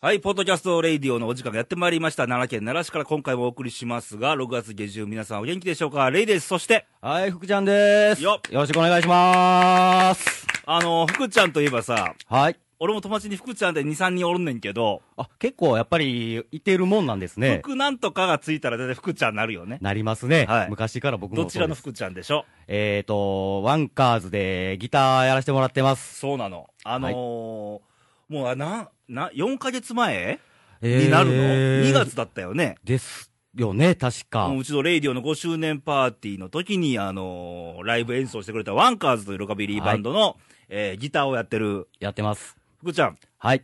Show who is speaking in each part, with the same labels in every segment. Speaker 1: はい、ポッドキャストレイディオのお時間がやってまいりました。奈良県奈良市から今回もお送りしますが、6月下旬皆さんお元気でしょうかレイです。そして、
Speaker 2: はい、福ちゃんです。
Speaker 1: よっ
Speaker 2: よろしくお願いします。
Speaker 1: あの、福ちゃんといえばさ、
Speaker 2: はい。
Speaker 1: 俺も友達に福ちゃんって2、3人おるねんけど、
Speaker 2: あ、結構やっぱり、いてるもんなんですね。
Speaker 1: 福なんとかがついたら大体福ちゃんになるよね。
Speaker 2: なりますね。
Speaker 1: はい
Speaker 2: 昔から僕もそ
Speaker 1: ど
Speaker 2: うです。
Speaker 1: ちらの福ちゃんでしょ
Speaker 2: えっ、ー、と、ワンカーズでギターやらせてもらってます。
Speaker 1: そうなの。あのー
Speaker 2: はい
Speaker 1: もうあな、な、4ヶ月前
Speaker 2: え
Speaker 1: になるの、?2 月だったよね。
Speaker 2: ですよね、確か。
Speaker 1: もううちのレイディオの5周年パーティーの時に、あのーライブ演奏してくれたワンカーズというロカビリーバンドの、えーギターをやってる
Speaker 2: やってます。
Speaker 1: 福ちゃん、
Speaker 2: はい。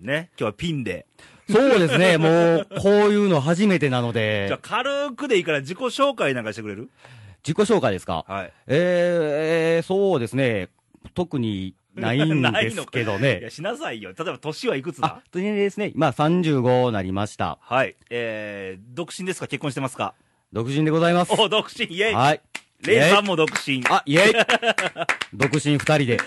Speaker 1: ね、今日はピンで。
Speaker 2: そうで すね、もう、こういうの初めてなの
Speaker 1: じゃあ
Speaker 2: で、
Speaker 1: 軽くでいいから自己紹介なんかしてくれる
Speaker 2: 自己紹介です か
Speaker 1: はい。
Speaker 2: えー、えーそうですね、特にないんですけど
Speaker 1: い
Speaker 2: ね
Speaker 1: や、。しなさいよ。例えば年はいくつ
Speaker 2: あ
Speaker 1: だ、
Speaker 2: とにですね、今35なりました。
Speaker 1: はい。えー、独身ですか結婚してますか
Speaker 2: 独身でございます。
Speaker 1: お、独身、イェイ、
Speaker 2: はい。
Speaker 1: レイさん
Speaker 2: イェイ
Speaker 1: も独身。
Speaker 2: あ、イェイ 独身二人で。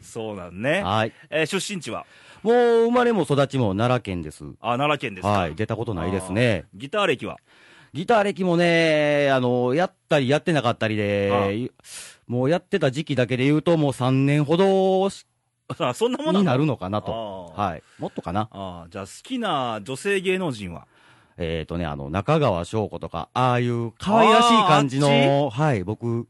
Speaker 1: そうなんね。
Speaker 2: はい。
Speaker 1: えー出身地は
Speaker 2: もう生まれも育ちも奈良県です。
Speaker 1: あ、奈良県ですか
Speaker 2: はい。出たことないですね。。
Speaker 1: あーギター歴は
Speaker 2: ギター歴もね、あの、やったりやってなかったり
Speaker 1: ああ
Speaker 2: で、もうやってた時期だけで言うと、もう3年ほどし
Speaker 1: あ、そんなもんの
Speaker 2: になるのかなと。
Speaker 1: あー
Speaker 2: はい。もっとかな。
Speaker 1: あーじゃあ好きな女性芸能人は
Speaker 2: えっ、とね、あの、中川翔子とか、ああいう可愛らしい感じの、はい、僕、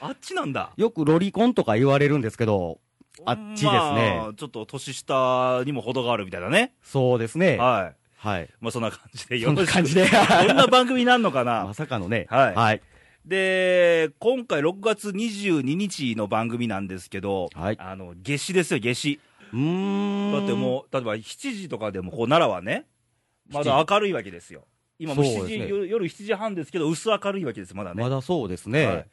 Speaker 1: あっちなんだ。
Speaker 2: よくロリコンとか言われるんですけど、あっちですね
Speaker 1: まあちょっと年下にも程があるみたいなね。
Speaker 2: そうですね。
Speaker 1: はい。
Speaker 2: はい。
Speaker 1: まあそんな感じで
Speaker 2: そ
Speaker 1: よ
Speaker 2: んな
Speaker 1: ろしく。
Speaker 2: 感じで。
Speaker 1: どんな番組になるのかな
Speaker 2: まさかのね。
Speaker 1: はい
Speaker 2: はい。
Speaker 1: で、今回6月22日の番組なんですけど、
Speaker 2: はい
Speaker 1: あの、夏至ですよ、夏至。
Speaker 2: うーん。
Speaker 1: だってもう、例えば7時とかでも、こう、奈良はね、まだ明るいわけですよ。今もう
Speaker 2: そ
Speaker 1: 7
Speaker 2: うで
Speaker 1: 時、
Speaker 2: すね
Speaker 1: 夜夜7時半ですけど、薄明るいわけです、まだね。
Speaker 2: まだそうです
Speaker 1: は
Speaker 2: ね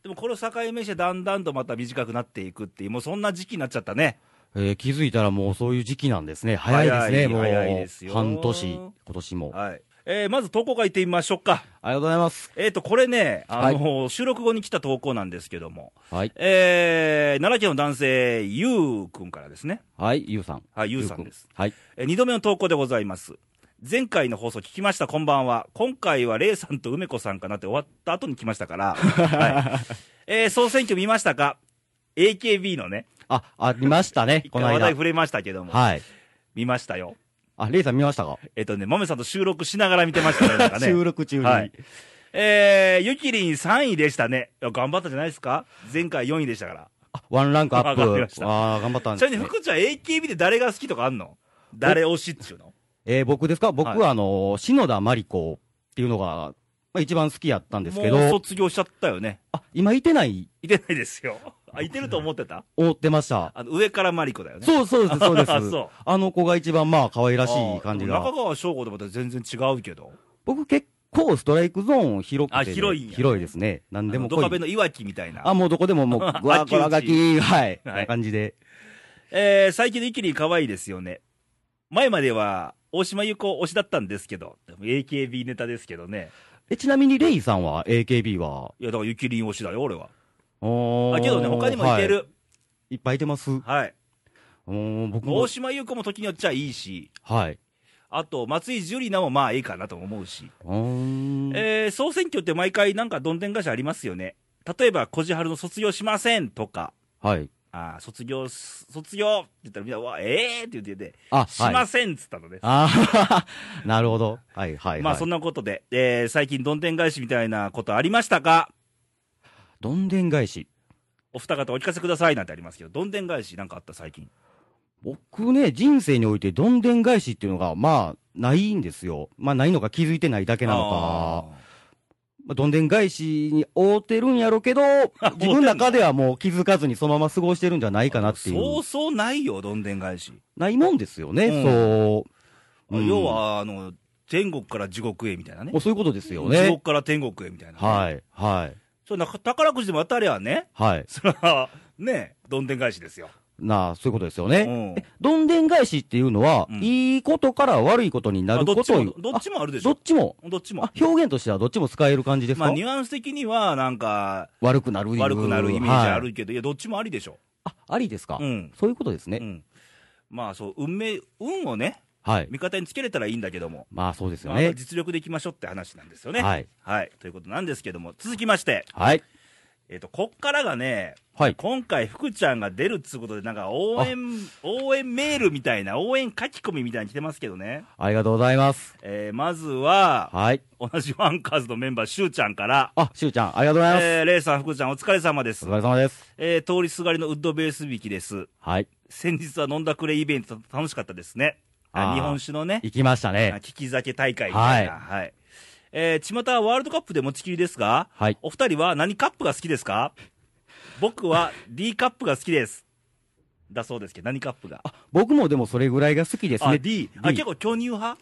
Speaker 1: い。でもこれを境目にして、だんだんとまた短くなっていくっていう、もうそんな時期になっちゃったね。
Speaker 2: えー気づいたらもうそういう時期なんですね。早いです
Speaker 1: 早い
Speaker 2: ね、もう。
Speaker 1: 早いですよ
Speaker 2: 半年、今年も。あ
Speaker 1: はい。えーまず投稿からいってみましょうか。
Speaker 2: りがとうございます。
Speaker 1: えっ、と、これね、あの、収録後に来た投稿なんですけども、
Speaker 2: はい。
Speaker 1: えー奈良県の男性、ゆうくんからですね。
Speaker 2: はい、ゆうさん。
Speaker 1: はい、ゆうさんです。
Speaker 2: ゆうくん。はい。
Speaker 1: えー二度目の投稿でございます。前回の放送聞きました、こんばんは。今回はレイさんと梅子さんかなって終わった後に来ました から。はい。えー総選挙見ましたか ?AKB のね、
Speaker 2: あ、ありましたね
Speaker 1: 一、
Speaker 2: こ
Speaker 1: 回
Speaker 2: の
Speaker 1: 話題
Speaker 2: 間。
Speaker 1: 触れましたけども、
Speaker 2: はい。
Speaker 1: 見ましたよ。
Speaker 2: あ、レイさん見ましたか
Speaker 1: えっ、とね、豆さんと収録しながら見てましたね、なんかね。
Speaker 2: 収録中に。
Speaker 1: はいえー、ゆきりん3位でしたね。いや頑張ったじゃないですか前回4位でしたから。
Speaker 2: あワンランクアップ。
Speaker 1: わかりました
Speaker 2: あー頑張ったん
Speaker 1: ちな
Speaker 2: です、
Speaker 1: みに
Speaker 2: ね。
Speaker 1: 福ちゃん AKB で誰が好きとかあんの誰推しっちゅうの
Speaker 2: えー僕ですか僕は、
Speaker 1: は
Speaker 2: あの、篠田真理子っていうのが、まあ、一番好きやったんですけ
Speaker 1: もう
Speaker 2: ど、
Speaker 1: 卒業しちゃったよね。
Speaker 2: あ、今いてない
Speaker 1: いてないですよ。あ、いてると思ってた
Speaker 2: 思ってました。
Speaker 1: あの、上からマリコだよね。う
Speaker 2: そうそうです、そうです。
Speaker 1: そう
Speaker 2: あの子が一番まあ可愛らしい感じ
Speaker 1: 中
Speaker 2: が。
Speaker 1: 川翔吾とまた全然違うけど。
Speaker 2: 僕結構ストライクゾーン広くて、
Speaker 1: あ広いんや
Speaker 2: 広いですね。何で
Speaker 1: でも、
Speaker 2: も
Speaker 1: ドカベ
Speaker 2: 来い。
Speaker 1: のいわきみたいな。
Speaker 2: あ、もうどこで ももう、ぐわぐわがき、はい、
Speaker 1: はい
Speaker 2: な感じで。
Speaker 1: えー、最近のゆきりん可愛いですよね。前までは、大島優子推しだったんですけど、でも AKB ネタですけどね。
Speaker 2: え、ちなみにレイさんは、AKB は。
Speaker 1: いや、だからゆきりん推しだよ、俺は。
Speaker 2: あ
Speaker 1: あ、けどね、他にもいて。る。
Speaker 2: いっぱいいてます。お
Speaker 1: はい。
Speaker 2: ー僕も
Speaker 1: 大。島優子も時によっちゃいいし、
Speaker 2: はい。
Speaker 1: あと、松井樹里奈もまあいいかなとも思うし、
Speaker 2: うーん
Speaker 1: えー総選挙って毎回なんかどんでん返しありますよね。例えば、小路春の卒業しませんとか、
Speaker 2: はい。
Speaker 1: あー卒業す、卒業って言ったらみんな、うわ、えーって言ってて、
Speaker 2: あ、
Speaker 1: し
Speaker 2: は
Speaker 1: ま
Speaker 2: い。
Speaker 1: せんっつったのね。
Speaker 2: あー なるほど。はい、はい、はい。
Speaker 1: まあそんなことで、えー最近どんでん返しみたいなことありましたか
Speaker 2: どんでん返し。
Speaker 1: お二方お聞かせくださいなんてありますけど、どんでん返しなんかあった最近。
Speaker 2: 僕ね、人生においてどんでん返しっていうのが、まあ、ないんですよ。まあ、ないのか気づいてないだけなのか。まあ、どんでん返しに覆ってるんやろうけど、 自分の中ではもう気づかずにそのまま過ごしてるんじゃないかなってい
Speaker 1: そうう。そうないよ、どんでん返し。
Speaker 2: ないもんですよね、
Speaker 1: うん
Speaker 2: そう。うん
Speaker 1: 要、は、あの、天国から地獄へみたいなね
Speaker 2: もう。そういうことですよ
Speaker 1: 地
Speaker 2: ね
Speaker 1: 獄。から天国へみたいな、
Speaker 2: はい、はい、
Speaker 1: そうなんか宝くじでも当たりゃね、
Speaker 2: はい。
Speaker 1: そら、ね、どんでん返しですよ。
Speaker 2: なあ、そういうことですよ
Speaker 1: う
Speaker 2: ね。
Speaker 1: ん。
Speaker 2: どんでん返しっていうのは、
Speaker 1: うん
Speaker 2: いいことから悪いことにな
Speaker 1: あ
Speaker 2: る
Speaker 1: ど
Speaker 2: こ
Speaker 1: っち
Speaker 2: とを
Speaker 1: も、どっちもあるで
Speaker 2: あ
Speaker 1: し
Speaker 2: ど
Speaker 1: ょ
Speaker 2: っ。ちも。
Speaker 1: どっちも
Speaker 2: あ。表現としてはどっちも使える感じです
Speaker 1: まあ、
Speaker 2: か
Speaker 1: ニュアンス的には、なんか、
Speaker 2: 悪くなる
Speaker 1: 悪くなるイメージあ
Speaker 2: はい
Speaker 1: るけど、いや、どっちもありでしょ。
Speaker 2: あ、ありですか
Speaker 1: うん。
Speaker 2: そういうことです
Speaker 1: う
Speaker 2: ね。
Speaker 1: ん。まあ、そう、運命、運をね、
Speaker 2: はい。
Speaker 1: 味方につけれたらいいんだけども、
Speaker 2: まあそうですよ
Speaker 1: まあ
Speaker 2: ね。
Speaker 1: 実力でいきましょうって話なんですよね。
Speaker 2: はい。
Speaker 1: はい、ということなんですけども、続きまして、
Speaker 2: はい。
Speaker 1: えっ、と、こっからがね、
Speaker 2: はい。
Speaker 1: 今回、福ちゃんが出るっつうことで、なんか応援、応援メールみたいな、応援書き込みみたいに来てますけどね。
Speaker 2: ありがとうございます。
Speaker 1: えーまずは、
Speaker 2: はい。
Speaker 1: 同じファンカーズのメンバー、しゅうちゃんから、
Speaker 2: あ、しゅうちゃん、ありがとうございます。
Speaker 1: えーレイさん、福ちゃん、お疲れ様です
Speaker 2: お。疲れ様です。
Speaker 1: えー通りすがりのウッドベース引きです。
Speaker 2: はい。
Speaker 1: 先日は飲んだくれイベント楽しかったですね。
Speaker 2: あ
Speaker 1: あ
Speaker 2: ー
Speaker 1: 日本酒のね、
Speaker 2: 行きました
Speaker 1: あ
Speaker 2: ね。
Speaker 1: 聞き酒大会みたいな。はい。えー、巷はワールドカップで持ちきりですが、
Speaker 2: はい。
Speaker 1: お二人は何カップが好きですか僕は D カップが好きです。だそうですけど、何カップが。
Speaker 2: 僕もでもそれぐらいが好きです
Speaker 1: あ、
Speaker 2: ね。
Speaker 1: D。あ、
Speaker 2: D
Speaker 1: 結構巨乳派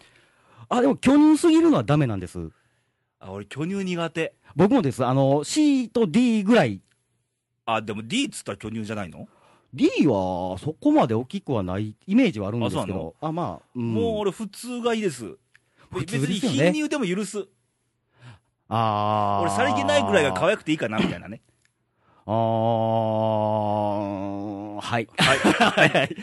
Speaker 2: あ、でも巨乳すぎるのはダメなんです。
Speaker 1: あ、俺巨乳苦手。
Speaker 2: 僕もです。あの、C と D ぐらい。
Speaker 1: あ、でも D っつったら巨乳じゃないの、
Speaker 2: D はそこまで大きくはないイメージはあるんです
Speaker 1: あ
Speaker 2: け
Speaker 1: そうな
Speaker 2: ど。あ、まあ、うん
Speaker 1: もう俺普通がいいです。
Speaker 2: 普
Speaker 1: 別
Speaker 2: 通
Speaker 1: に
Speaker 2: ですよね
Speaker 1: 貧乳でも許す。
Speaker 2: あー
Speaker 1: 俺さりげないぐらいが可愛くていいかな、みたいなね。
Speaker 2: あー、はい。
Speaker 1: はい。はい。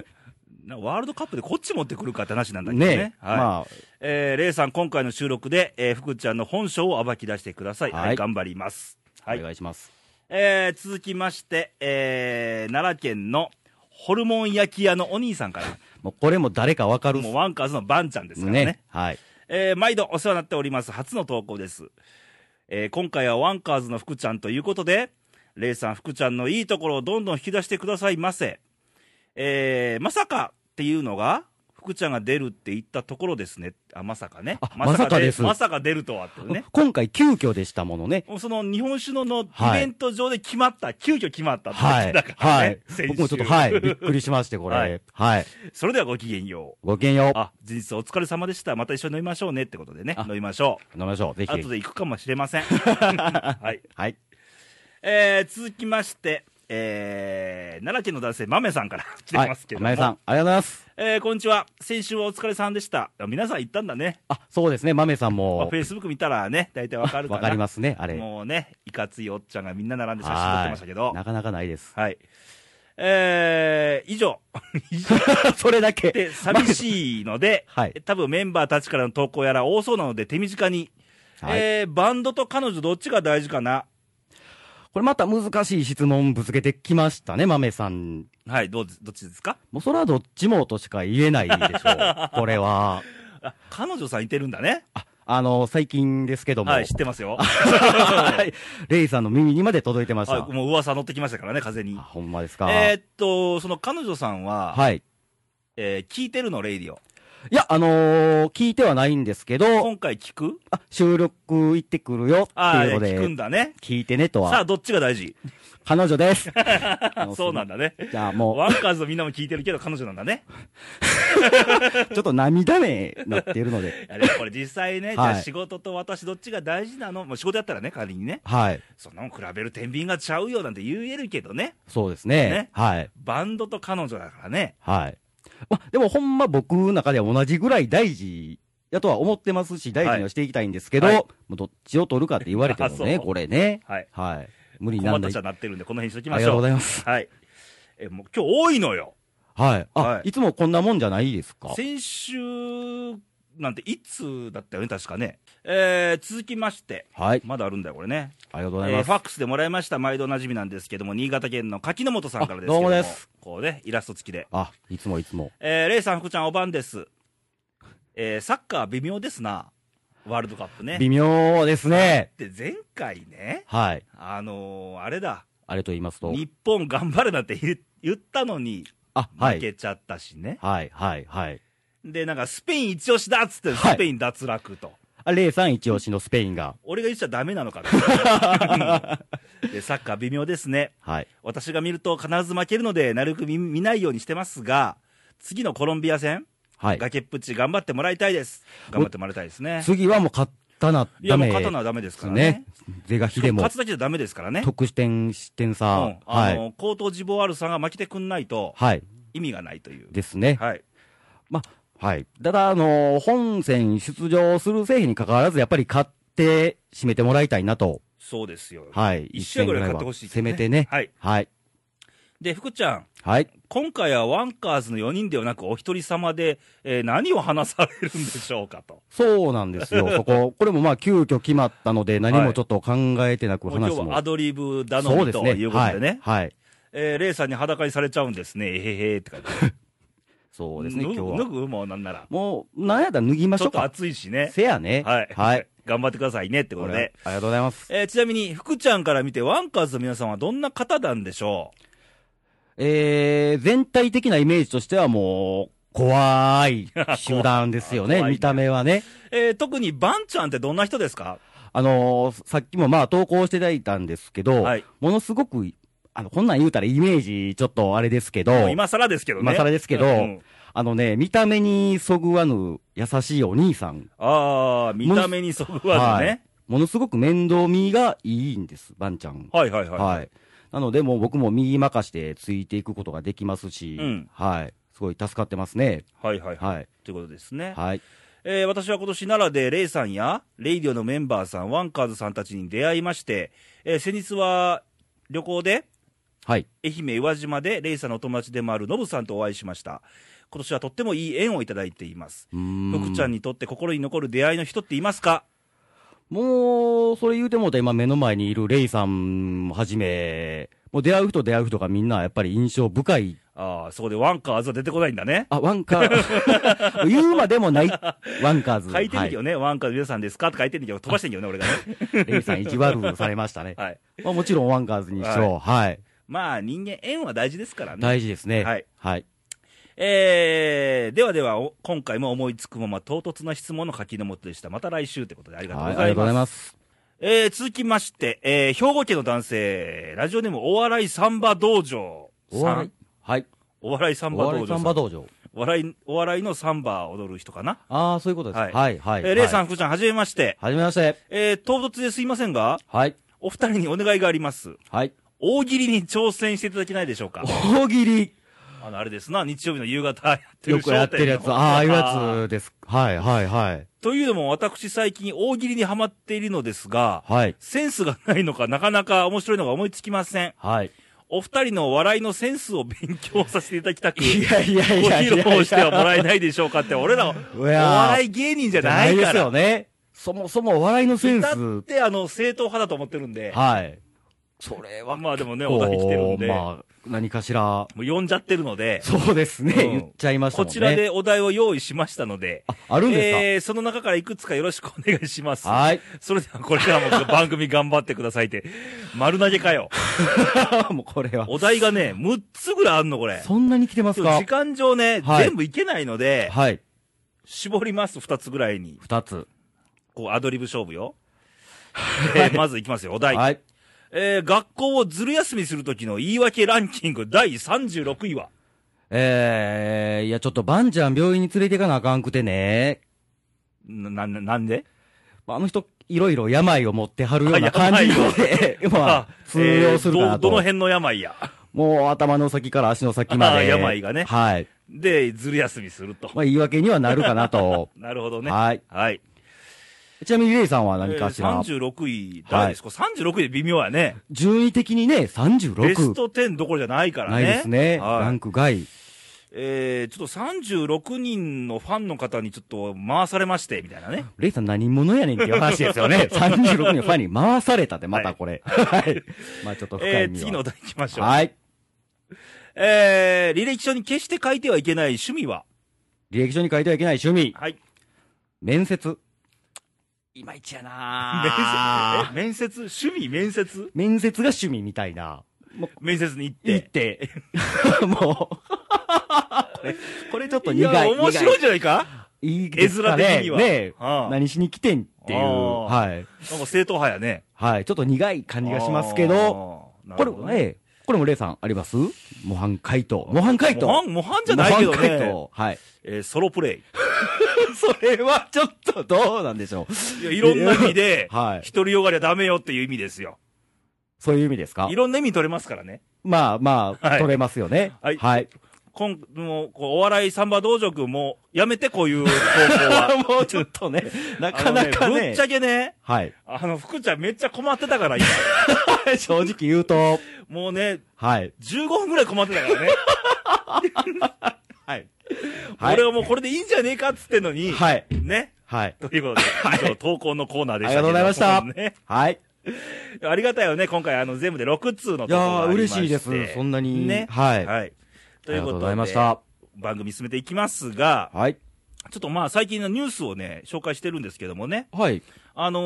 Speaker 1: なワールドカップでこっち持ってくるかって話なんだけどね。
Speaker 2: ね
Speaker 1: はい
Speaker 2: ま
Speaker 1: えー、レイさん、今回の収録で、えー、福ちゃんの本性を暴き出してください。はい、
Speaker 2: はい
Speaker 1: 頑張ります。
Speaker 2: あ、
Speaker 1: は
Speaker 2: お
Speaker 1: い。
Speaker 2: 願いします。
Speaker 1: えー、続きまして、えー、奈良県のホルモン焼き屋のお兄さん から、
Speaker 2: もうこれも誰かわかるっ
Speaker 1: もうワンカーズのバンちゃんです
Speaker 2: す
Speaker 1: からね。
Speaker 2: ね。はい。
Speaker 1: えー、毎度お世話になっております。初の投稿です。えー、今回はワンカーズの福ちゃんということで、レイさん、福ちゃんのいいところをどんどん引き出してくださいませ。えー、まさかっていうのが、福ちゃんが出るって言ったところですね。あ、まさかね。
Speaker 2: あまさかです
Speaker 1: まさか出るとはってね。
Speaker 2: 今回急遽でしたものね。
Speaker 1: もうその日本酒ののイ
Speaker 2: はい
Speaker 1: ベント上で決まった、急遽決まったって
Speaker 2: はい。
Speaker 1: だから
Speaker 2: は
Speaker 1: ね
Speaker 2: い、。
Speaker 1: 先週
Speaker 2: 僕もちょっと、はい。びっくりしまして、こ
Speaker 1: は
Speaker 2: れ
Speaker 1: い。
Speaker 2: はい。
Speaker 1: それではごきげんよう。
Speaker 2: ごきげんよう。
Speaker 1: あ、事実お疲れ様でした。また一緒に飲みましょうねってことでね
Speaker 2: あ、
Speaker 1: 飲みましょう。
Speaker 2: 飲みましょう。ぜひぜ
Speaker 1: 後
Speaker 2: ひ。
Speaker 1: で行くかもしれませ ん。はい。
Speaker 2: はい。
Speaker 1: えー、続きまして、えー、奈良県の男性、豆さんから来て
Speaker 2: はい。
Speaker 1: ますけども。
Speaker 2: 今井さん、ありがとうございます。
Speaker 1: えー、こんにちは。先週はお疲れさんでした。あ皆さん行ったんだね。
Speaker 2: あ、そうですね。豆さん
Speaker 1: まあ、
Speaker 2: も
Speaker 1: フ、ェイスブック見たらね、大体わかるか
Speaker 2: わ
Speaker 1: な。
Speaker 2: かりますね、あれ。
Speaker 1: もうね、いかついおっちゃんがみんな並んで写真撮って
Speaker 2: は
Speaker 1: ましたけど
Speaker 2: い。。なかなかないです。
Speaker 1: はい。えー、以上。以上
Speaker 2: それだけ。
Speaker 1: で、寂しいので、
Speaker 2: はい。
Speaker 1: 多分メンバーたちからの投稿やら多そうなので手短に、
Speaker 2: はい。
Speaker 1: えー、バンドと彼女どっちが大事かな
Speaker 2: これまた難しい質問ぶつけてきましたね、豆さん。
Speaker 1: はい、どうずどっちですか
Speaker 2: もうそれはどっちもとしか言えないでしょ う。これは。
Speaker 1: あ、彼女さんいてるんだね。
Speaker 2: あの、最近ですけども。
Speaker 1: はい、知ってますよ。
Speaker 2: はいレイさんの耳にまで届いてました。
Speaker 1: はい、もう噂乗ってきましたからね、風に
Speaker 2: あ。ほんまですか。
Speaker 1: えーっと、その彼女さんは、
Speaker 2: はい。
Speaker 1: えー聞いてるの、レイディオ。
Speaker 2: いや、あのー聞いてはないんですけど、
Speaker 1: 今回聞く
Speaker 2: あ収録行ってくるよって
Speaker 1: ああ、
Speaker 2: いうの
Speaker 1: 聞く
Speaker 2: で
Speaker 1: ん、だね。
Speaker 2: 聞いてねと
Speaker 1: さ
Speaker 2: は。
Speaker 1: あ、どっちが大事
Speaker 2: 彼 女です。
Speaker 1: そうなんだね。
Speaker 2: じゃあも
Speaker 1: ワンカーズのみんなも聞いてるけど、彼女なんだね。
Speaker 2: う、ちょっと涙目になっている ので。
Speaker 1: いやでもこれ実際ね、
Speaker 2: い
Speaker 1: じゃあ仕事と私どっちが大事なのもう仕事やったらね、仮にね。
Speaker 2: はい。
Speaker 1: そんなもん比べる天秤がちゃうよなんて言えるけどね。
Speaker 2: そうですね。
Speaker 1: ね
Speaker 2: はい。
Speaker 1: バンドと彼女だからね。
Speaker 2: はい。ま、でもほんま僕の中では同じぐらい大事やとは思ってますし、大事にはしていきたいんですけど、
Speaker 1: はい
Speaker 2: もうどっちを取るかって言われても
Speaker 1: あそ
Speaker 2: ね、
Speaker 1: う
Speaker 2: これね。
Speaker 1: はい。
Speaker 2: はい。無理にな
Speaker 1: 困っ
Speaker 2: らな
Speaker 1: た
Speaker 2: い。
Speaker 1: ちゃ
Speaker 2: あ
Speaker 1: なってるんで、この辺にしとき
Speaker 2: り
Speaker 1: ま
Speaker 2: が
Speaker 1: し
Speaker 2: とう
Speaker 1: ょ
Speaker 2: ご
Speaker 1: う。
Speaker 2: ざいます。
Speaker 1: はい。え、もう今日多いのよ。
Speaker 2: はい。あ、
Speaker 1: はい
Speaker 2: い、つもこんなもんじゃないですか。
Speaker 1: 先週なんていつだったよね、確かね。えー、続きまして。
Speaker 2: はい。
Speaker 1: まだあるんだよ、これね。
Speaker 2: ありがとうござい
Speaker 1: えー
Speaker 2: ま
Speaker 1: フ
Speaker 2: す。
Speaker 1: ァックスでもらいました。毎度おなじみなんですけども、新潟県の柿の本さんからですけども。
Speaker 2: あどうもです
Speaker 1: こうね、イラスト付きで。
Speaker 2: あ、いつもいつも。
Speaker 1: えー、レイさん、福ちゃん、おばんです。えー、サッカー微妙ですな。ワールドカップね。
Speaker 2: 微妙ですね。
Speaker 1: で、前回ね、
Speaker 2: はい。
Speaker 1: あのーあれだ、
Speaker 2: あれと言いますと。
Speaker 1: 日本頑張るなって言言ったのに、
Speaker 2: あ、は
Speaker 1: 負
Speaker 2: い。
Speaker 1: けちゃったしね。
Speaker 2: はい、はい、はい。
Speaker 1: で、なんか、スペイン一押しだっつって、
Speaker 2: はい
Speaker 1: スペイン脱落と。
Speaker 2: あ、レイさん一押しのスペインが。
Speaker 1: 俺が言っちゃダメなのかって。で、サッカー微妙ですね。
Speaker 2: はい。
Speaker 1: 私が見ると必ず負けるので、なるべく見見ないようにしてますが、次のコロンビア戦、
Speaker 2: はい。
Speaker 1: 崖っぷち頑張ってもらいたいです。頑張ってもらいたいですね。
Speaker 2: 次はもう勝ったな、
Speaker 1: い
Speaker 2: ダ
Speaker 1: や、もう
Speaker 2: メ。
Speaker 1: 勝たなはダメですからね。。
Speaker 2: 是が非でも
Speaker 1: 勝つ。だけじゃダメですからね。
Speaker 2: 得点、失点
Speaker 1: う
Speaker 2: 差
Speaker 1: ん、
Speaker 2: は
Speaker 1: あ
Speaker 2: い、
Speaker 1: の、コートジボワールさんが負けてくんないと
Speaker 2: はい、
Speaker 1: 意味がないという。
Speaker 2: ですね、
Speaker 1: はい。
Speaker 2: はい、ただ、あの本戦出場する製品に関わらず、やっぱり勝って締めてもらいたいなと、
Speaker 1: そうですよ。
Speaker 2: はい、
Speaker 1: 一試合ぐらい
Speaker 2: 一戦
Speaker 1: 勝ってほしい、
Speaker 2: せめてね、
Speaker 1: はい。
Speaker 2: はい、
Speaker 1: で、福ちゃん、
Speaker 2: はい。
Speaker 1: 今回はワンカーズの4人ではなく、お一人様で、えー何を話されるんでしょうかと。
Speaker 2: そうなんで すよ、そこ。これもまあ、急遽決まったので、何
Speaker 1: は
Speaker 2: も
Speaker 1: い
Speaker 2: ちょっと考えてなく
Speaker 1: もう今
Speaker 2: 話
Speaker 1: 日
Speaker 2: も。
Speaker 1: はアドリブ頼
Speaker 2: そう
Speaker 1: み
Speaker 2: です
Speaker 1: と
Speaker 2: ね。
Speaker 1: いうことでね、
Speaker 2: はい。はい。
Speaker 1: えーレイさんに裸にされちゃうんですね、えへへって書いてある
Speaker 2: そうですね、
Speaker 1: 脱
Speaker 2: 今日
Speaker 1: ぐ
Speaker 2: は
Speaker 1: 脱。ぐもうなんなら。
Speaker 2: もう、なんやったら脱ぎまし
Speaker 1: ちょ
Speaker 2: ょ
Speaker 1: っ
Speaker 2: う
Speaker 1: と
Speaker 2: か。
Speaker 1: 暑いしね。
Speaker 2: せやね。
Speaker 1: はい。
Speaker 2: はい。
Speaker 1: 頑張ってくださいねってこ
Speaker 2: ことれ
Speaker 1: で。
Speaker 2: ありがとうございます。
Speaker 1: えーちなみに、福ちゃんから見て、ワンカーズの皆さんはどんな方なんでしょう
Speaker 2: えー、全体的なイメージとしてはもう、怖い集団ですよね、
Speaker 1: 怖いね
Speaker 2: 見た目はね。
Speaker 1: えー特にバンちゃんってどんな人ですか
Speaker 2: あのーさっきもまあ投稿していただいたんですけど、
Speaker 1: はい
Speaker 2: ものすごく、あの、こんなん言うたらイメージちょっとあれですけど、
Speaker 1: もう今更ですけどね。
Speaker 2: 今更ですけど
Speaker 1: うん
Speaker 2: あのね、見た目にそぐわぬ優しいお兄さん。
Speaker 1: ああ、見た目にそぐわずね。
Speaker 2: ものすごく面倒見がいいんです、バンちゃん。
Speaker 1: はいはいはい。
Speaker 2: はい。なので、もう僕も右任してついていくことができますし、
Speaker 1: うん
Speaker 2: はい。すごい助かってますね。
Speaker 1: はいはいはい。
Speaker 2: はい。
Speaker 1: ということですね。
Speaker 2: はい。
Speaker 1: えー私は今年奈良でレイさんや、レイディオのメンバーさん、ワンカーズさんたちに出会いまして、えー先日は旅行で、
Speaker 2: はい。
Speaker 1: 愛媛宇和島でレイさんのお友達でもあるノブさんとお会いしました。今年はとってもいい縁をいただいています。福
Speaker 2: 福
Speaker 1: ちゃんにとって心に残る出会いの人っていますか
Speaker 2: もう、それ言うてもうた今目の前にいるレイさんはじめ、もう出会う人出会う人がみんなやっぱり印象深い。
Speaker 1: ああ、そこでワンカーズは出てこないんだね。
Speaker 2: あ、ワンカ ー。言うまでもない。ワンカーズ。
Speaker 1: 書いてるけどね、ワンカーズ皆さんですかって書いてるけど、飛ばしてんけどね、俺がね。
Speaker 2: はいレイさん一悪されましたね。
Speaker 1: はい。
Speaker 2: まあもちろんワンカーズにしろ、はい。
Speaker 1: まあ、人間、縁は大事ですからね。
Speaker 2: 大事ですね。
Speaker 1: はい。
Speaker 2: はい。
Speaker 1: えー、ではでは、お今回も思いつくまま唐突な質問の書きのもとでした。また来週ということでありがとう
Speaker 2: はい
Speaker 1: ご
Speaker 2: あ
Speaker 1: ざ
Speaker 2: り
Speaker 1: い
Speaker 2: がとうござい
Speaker 1: ます。
Speaker 2: ます。
Speaker 1: えー、続きまして、えー、兵庫県の男性、ラジオネームお笑いサンバ道場さん。
Speaker 2: お笑い。はい。
Speaker 1: お笑いサン
Speaker 2: お
Speaker 1: バ
Speaker 2: 笑
Speaker 1: 道
Speaker 2: いサ
Speaker 1: 場
Speaker 2: ン
Speaker 1: さ
Speaker 2: バ
Speaker 1: ん。
Speaker 2: 道場。
Speaker 1: お笑い、お笑いのサンバを踊る人かな。
Speaker 2: ああ、そういうことです。
Speaker 1: は
Speaker 2: はいい。はい。
Speaker 1: えー、レイさ
Speaker 2: はい。
Speaker 1: ん、福ちゃん、はじめまして。
Speaker 2: はじめまして。
Speaker 1: えー、唐突ですいませんが、
Speaker 2: はい。
Speaker 1: お二人にお願いがあります。
Speaker 2: はい。
Speaker 1: 大喜利に挑戦していただけないでしょうか。
Speaker 2: 大喜 利。
Speaker 1: あの、あれですな、日曜日の夕方やってる
Speaker 2: よくやってる
Speaker 1: 笑
Speaker 2: やつ。
Speaker 1: 点の
Speaker 2: ああ、いうやつです。はい、はい、はい。
Speaker 1: というのも私最近大喜利にハマっているのですが、
Speaker 2: はい。
Speaker 1: センスがないのかなかなか面白いのが思いつきません。
Speaker 2: はい。
Speaker 1: お二人の笑いのセンスを勉強させていただきたく、
Speaker 2: いやいやいやいや
Speaker 1: ご披露してはもらえないでしょうかって、俺らお
Speaker 2: いやー
Speaker 1: 笑い芸人じゃない
Speaker 2: で
Speaker 1: か
Speaker 2: す
Speaker 1: ら。
Speaker 2: よね。そもそもお笑いのセンス。
Speaker 1: だってあの、正統派だと思ってるんで。
Speaker 2: はい。それは、
Speaker 1: まあでもね、お
Speaker 2: こ
Speaker 1: 題来てるん
Speaker 2: う
Speaker 1: で、
Speaker 2: まあ、何かしら。
Speaker 1: もう呼んじゃってるので、
Speaker 2: そうですね。
Speaker 1: うん
Speaker 2: 言っちゃいましたも
Speaker 1: こ
Speaker 2: んね。
Speaker 1: ちら。でお題を用意しましたので、
Speaker 2: あ、あるんですか、
Speaker 1: えーその中からいくつかよろしくお願いします。
Speaker 2: はい。
Speaker 1: それではこれからも番組頑張ってくださいって、丸投げかよ。
Speaker 2: もうこれは。
Speaker 1: お題がね、6つぐらいあるの、これ。
Speaker 2: そんなに来てます
Speaker 1: 今日
Speaker 2: か
Speaker 1: 時間上ね、
Speaker 2: はい
Speaker 1: 全部いけないので、
Speaker 2: はい。
Speaker 1: 絞ります、2つぐらいに。
Speaker 2: 二つ。
Speaker 1: こう、アドリブ勝負よ。えーまずいきますよ、お題。
Speaker 2: はい。
Speaker 1: えー学校をずる休みするときの言い訳ランキング第36位は、
Speaker 2: えー、いや、ちょっとバンちゃん病院に連れていかなあかんくてね。
Speaker 1: な、な、なんで
Speaker 2: あの人、いろいろ病を持ってはるような感じ
Speaker 1: あ病
Speaker 2: で、まあ、通用するか
Speaker 1: えー
Speaker 2: な
Speaker 1: ど。どの
Speaker 2: と。
Speaker 1: 辺の病や。
Speaker 2: もう頭の先から足の先 ま
Speaker 1: あー
Speaker 2: で。
Speaker 1: 病がね
Speaker 2: はい。
Speaker 1: で、ずる休みすると。。
Speaker 2: まあ、言い訳にはなるかなと
Speaker 1: なるほ どね。
Speaker 2: はい。
Speaker 1: はい。
Speaker 2: ちなみにレイさんは何かしら、
Speaker 1: えー36位、誰ですか、?36 位で微妙やね。
Speaker 2: 順位的にね、
Speaker 1: ベス
Speaker 2: 36。
Speaker 1: ト10どころじゃないからね。
Speaker 2: ないですね。
Speaker 1: はい
Speaker 2: ランク外。
Speaker 1: えー、ちょっと36人のファンの方にちょっと回されまして、みたいなね。
Speaker 2: レイさん何者やねんっていう話です よね。36人ファンに回されたって、またこれ。 はい。まあちょっと深い意
Speaker 1: えー、
Speaker 2: 味は
Speaker 1: 次のお題いきましょう。
Speaker 2: はい。
Speaker 1: えー、履歴書に決して書いてはいけない趣味は
Speaker 2: 履歴書に書いてはいけない趣味。
Speaker 1: はい。
Speaker 2: 面接。いまいちやな
Speaker 1: 面接、え面接趣味面接
Speaker 2: 面接が趣味みたいな。
Speaker 1: 面接に行っ。
Speaker 2: 言ってて。 もう。これちょっと苦い。
Speaker 1: や面白い
Speaker 2: 苦
Speaker 1: じゃないか
Speaker 2: い。いいですかね
Speaker 1: 絵面的には
Speaker 2: ねえ
Speaker 1: ああ
Speaker 2: 何しに来てんっていう。
Speaker 1: ああ
Speaker 2: はい。
Speaker 1: なんか正統派やね。
Speaker 2: はい。ちょっと苦い感じがしますけど。
Speaker 1: あー、
Speaker 2: これ、
Speaker 1: も
Speaker 2: ええこれもレイさんあります模範解答。模範解答。
Speaker 1: 模範、模範じゃないけど
Speaker 2: 模範解
Speaker 1: ね。
Speaker 2: 答。 はい。
Speaker 1: えー、ソロプレイ。
Speaker 2: それはちょっとどうなんでしょう。、
Speaker 1: いやいろんな意味で
Speaker 2: はい
Speaker 1: 一人よがりはダメよっていう意味ですよ。
Speaker 2: そういう意味ですか
Speaker 1: いろんな意味取れますからね。
Speaker 2: まあまあ、
Speaker 1: はい
Speaker 2: 取れますよね。
Speaker 1: はい
Speaker 2: はい。
Speaker 1: 今もうこうお笑いサンバ道場くんもやめて、こういう投稿は。
Speaker 2: もうちょっ とね、 なかなか
Speaker 1: あの
Speaker 2: ね。
Speaker 1: ぶっちゃけね、
Speaker 2: はい。
Speaker 1: あの、福ちゃんめっちゃ困ってたから、今。
Speaker 2: 正直言うと、
Speaker 1: もうね、
Speaker 2: はい。
Speaker 1: 15分ぐらい困ってたからね。
Speaker 2: はい。はい
Speaker 1: 俺はもうこれでいいんじゃねえかっつってんのに。
Speaker 2: はい。
Speaker 1: ね。
Speaker 2: はい。
Speaker 1: ということで、以上投稿のコーナー
Speaker 2: あ
Speaker 1: で
Speaker 2: り
Speaker 1: した
Speaker 2: が
Speaker 1: けど。
Speaker 2: とうございました。
Speaker 1: ね
Speaker 2: はい。
Speaker 1: ありがたいよね、今回、あの、全部で6通の投
Speaker 2: い
Speaker 1: 稿
Speaker 2: や
Speaker 1: があ
Speaker 2: ー、
Speaker 1: りま
Speaker 2: 嬉
Speaker 1: して
Speaker 2: しいです。そんなに。
Speaker 1: ね。
Speaker 2: はい。あ
Speaker 1: はい。と
Speaker 2: り
Speaker 1: い
Speaker 2: が
Speaker 1: う
Speaker 2: と
Speaker 1: こと
Speaker 2: うご
Speaker 1: で、
Speaker 2: ざいました。
Speaker 1: 番組進めていきますが、
Speaker 2: はい。
Speaker 1: ちょっとまあ、最近のニュースをね、紹介してるんですけどもね。
Speaker 2: はい。
Speaker 1: あの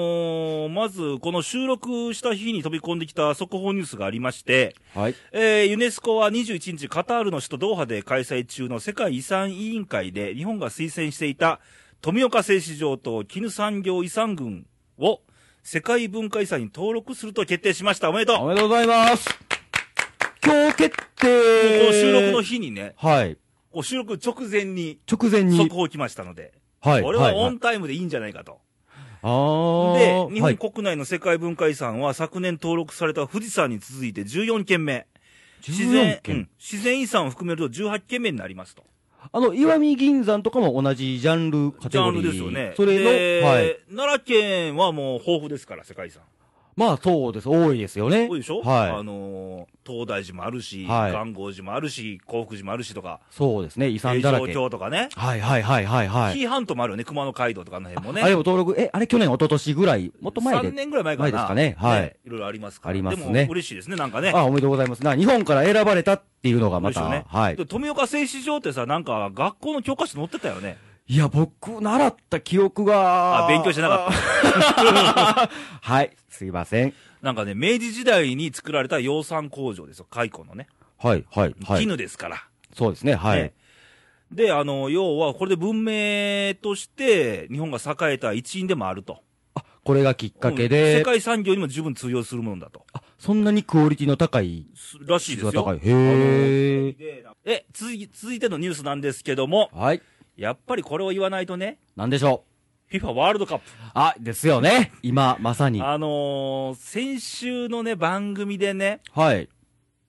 Speaker 1: ーまず、この収録した日に飛び込んできた速報ニュースがありまして、
Speaker 2: はい。
Speaker 1: えーユネスコは21日、カタールの首都ドーハで開催中の世界遺産委員会で日本が推薦していた富岡製糸場と絹産業遺産群を世界文化遺産に登録すると決定しました。おめでとう
Speaker 2: おめでとうございます。今日決定。
Speaker 1: こう収録の日にね、
Speaker 2: はい。
Speaker 1: こう収録直前に
Speaker 2: 直前に。
Speaker 1: 速報来ましたので、
Speaker 2: はい。
Speaker 1: これはいオンタイムでいいんじゃないかと。
Speaker 2: あー
Speaker 1: で、日
Speaker 2: は
Speaker 1: 本
Speaker 2: い
Speaker 1: 国内の世界文化遺産は昨年登録された富士山に続いて14件目。自然
Speaker 2: 14、件
Speaker 1: うん自然遺産を含めると18件目になりますと。
Speaker 2: あの、石見銀山とかも同じジャンルカテ
Speaker 1: ジャ
Speaker 2: ゴ
Speaker 1: ン
Speaker 2: リー。
Speaker 1: ルですよね。
Speaker 2: それ
Speaker 1: で
Speaker 2: の、はい。
Speaker 1: 奈良県はもう豊富ですから、世界遺産。
Speaker 2: まあ、そうです。多いですよね。
Speaker 1: 多いでしょあ
Speaker 2: はい。
Speaker 1: のー東大寺もあるし、
Speaker 2: はい
Speaker 1: 元号寺もあるし、興福寺もあるしとか、
Speaker 2: そうですね。遺産
Speaker 1: 平
Speaker 2: だら
Speaker 1: 城
Speaker 2: け。
Speaker 1: 京とかね。
Speaker 2: はいはいはいはいはい。
Speaker 1: 紀伊半島もあるよね、熊野街道とかあの辺もね。
Speaker 2: あれも登録、え、あれ去年、一昨年ぐらい、もっと前
Speaker 1: 3
Speaker 2: で。
Speaker 1: 年ぐらい前かな。
Speaker 2: 前ですかねはい
Speaker 1: いろいろありますから。
Speaker 2: ありますね
Speaker 1: でも嬉しいですね、なんかね。
Speaker 2: あ、おめでとうございます。な、日本から選ばれたっていうのがま
Speaker 1: 嬉しい
Speaker 2: た、
Speaker 1: よね
Speaker 2: はい。
Speaker 1: で富岡製糸場ってさ、なんか学校の教科書載ってたよね。
Speaker 2: いや、僕、習った記憶が。
Speaker 1: あ、勉強してなかった。
Speaker 2: た。はい。すいません。
Speaker 1: なんかね、明治時代に作られた養蚕工場ですよ、蚕のね。
Speaker 2: はい、はい、はい。
Speaker 1: 絹ですから。
Speaker 2: そうですね、はい。
Speaker 1: ねで、あの、要は、これで文明として、日本が栄えた一因でもあると。
Speaker 2: あ、これがきっかけ
Speaker 1: うん世
Speaker 2: で、
Speaker 1: 界産業にも十分通用するものだと。
Speaker 2: そんなにクオリティの高い、
Speaker 1: すらしいです
Speaker 2: 質
Speaker 1: よ。
Speaker 2: が高い。
Speaker 1: あの
Speaker 2: へー
Speaker 1: え、続い続いてのニュースなんですけども、
Speaker 2: はい。
Speaker 1: やっぱりこれを言わないとね、
Speaker 2: なんでしょ
Speaker 1: FIFA ワールドカップ。
Speaker 2: う。あ、ですよね。今、まさに。
Speaker 1: あのー先週のね、番組でね、
Speaker 2: はい。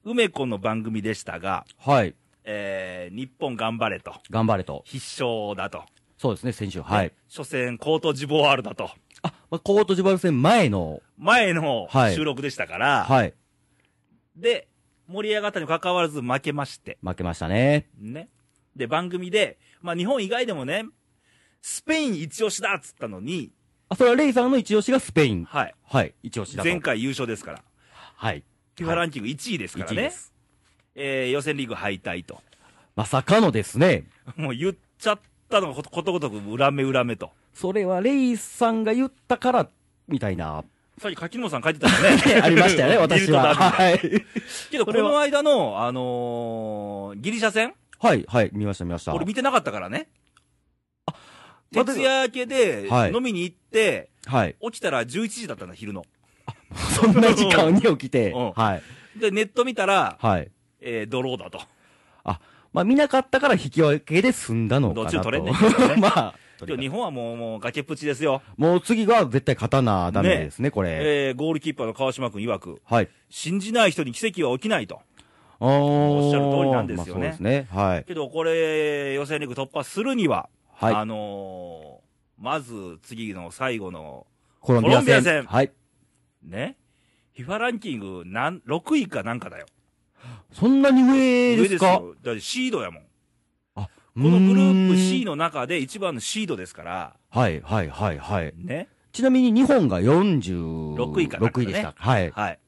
Speaker 1: 梅子の番組でしたが、
Speaker 2: はい。
Speaker 1: えー日本頑張れと、
Speaker 2: 頑張れと。
Speaker 1: 必勝だと、
Speaker 2: そうですね、先週。はい。
Speaker 1: 初戦、コートジボワールだと、
Speaker 2: あ、まあ、コートジバル戦前の、
Speaker 1: 前の
Speaker 2: はい
Speaker 1: 収録でしたから、
Speaker 2: はい。
Speaker 1: で、盛り上がったにもかかわらず負けまして、
Speaker 2: 負けましたね。
Speaker 1: ね。で、番組で、まあ、日本以外でもね、スペイン一押しだっつったのに、
Speaker 2: あ、それはレイさんの一押しがスペイン。
Speaker 1: はい。
Speaker 2: はい。一押しだと。
Speaker 1: 前回優勝ですから、
Speaker 2: はい。
Speaker 1: FIFA ランキング1位ですから
Speaker 2: 1位
Speaker 1: ねえ
Speaker 2: で、
Speaker 1: ー予選リーグ敗退と。
Speaker 2: まさかのですね。
Speaker 1: もう言っちゃったのがことことごとく裏目裏目と。
Speaker 2: それはレイさんが言ったから、みたいな。
Speaker 1: さっき柿本さん書いてたよね。
Speaker 2: ありました よね、私
Speaker 1: ビル
Speaker 2: は。
Speaker 1: ドダービー
Speaker 2: はい。
Speaker 1: けど、こ
Speaker 2: れは
Speaker 1: の間の、あのーギリシャ戦
Speaker 2: はい、はい。見ました、見ました。
Speaker 1: 俺見てなかったからね。
Speaker 2: まあ
Speaker 1: 徹夜明けで
Speaker 2: はい
Speaker 1: 飲みに行って、
Speaker 2: はい。
Speaker 1: 起きたら11時だったんだ、昼の。
Speaker 2: そんな時間に起きて、
Speaker 1: うん
Speaker 2: はい。
Speaker 1: で、ネット見たら、
Speaker 2: はい。
Speaker 1: えードローだと。
Speaker 2: まあ、見なかったから引き分けで済んだのか
Speaker 1: どっ
Speaker 2: なと。
Speaker 1: ちも取れんねんけどね
Speaker 2: まあ、
Speaker 1: で日本はもう、もう崖っぷちですよ。
Speaker 2: もう次が絶対勝たなダメですね、これ。
Speaker 1: えーゴールキーパーの川島君曰く、
Speaker 2: はい。
Speaker 1: 信じない人に奇跡は起きないと。
Speaker 2: お
Speaker 1: っしゃる通りなんですよね
Speaker 2: まあ、そうですね。はい。
Speaker 1: けど、これ、予選リーグ突破するには、
Speaker 2: はい。
Speaker 1: あのーまず、次の最後の、
Speaker 2: コロンビア戦。
Speaker 1: コロンビア戦
Speaker 2: はい。
Speaker 1: ね、FIFA ランキングなん6位かなんかだよ。
Speaker 2: そんなに上ですか
Speaker 1: よ。だってシードやもん。
Speaker 2: こ
Speaker 1: このグループ C
Speaker 2: の。
Speaker 1: の中で一番のシードですから、
Speaker 2: はい、はい、はい、はい。
Speaker 1: ね。
Speaker 2: ちなみに日本が46
Speaker 1: 6位かなんかね
Speaker 2: でした。はい。
Speaker 1: はい。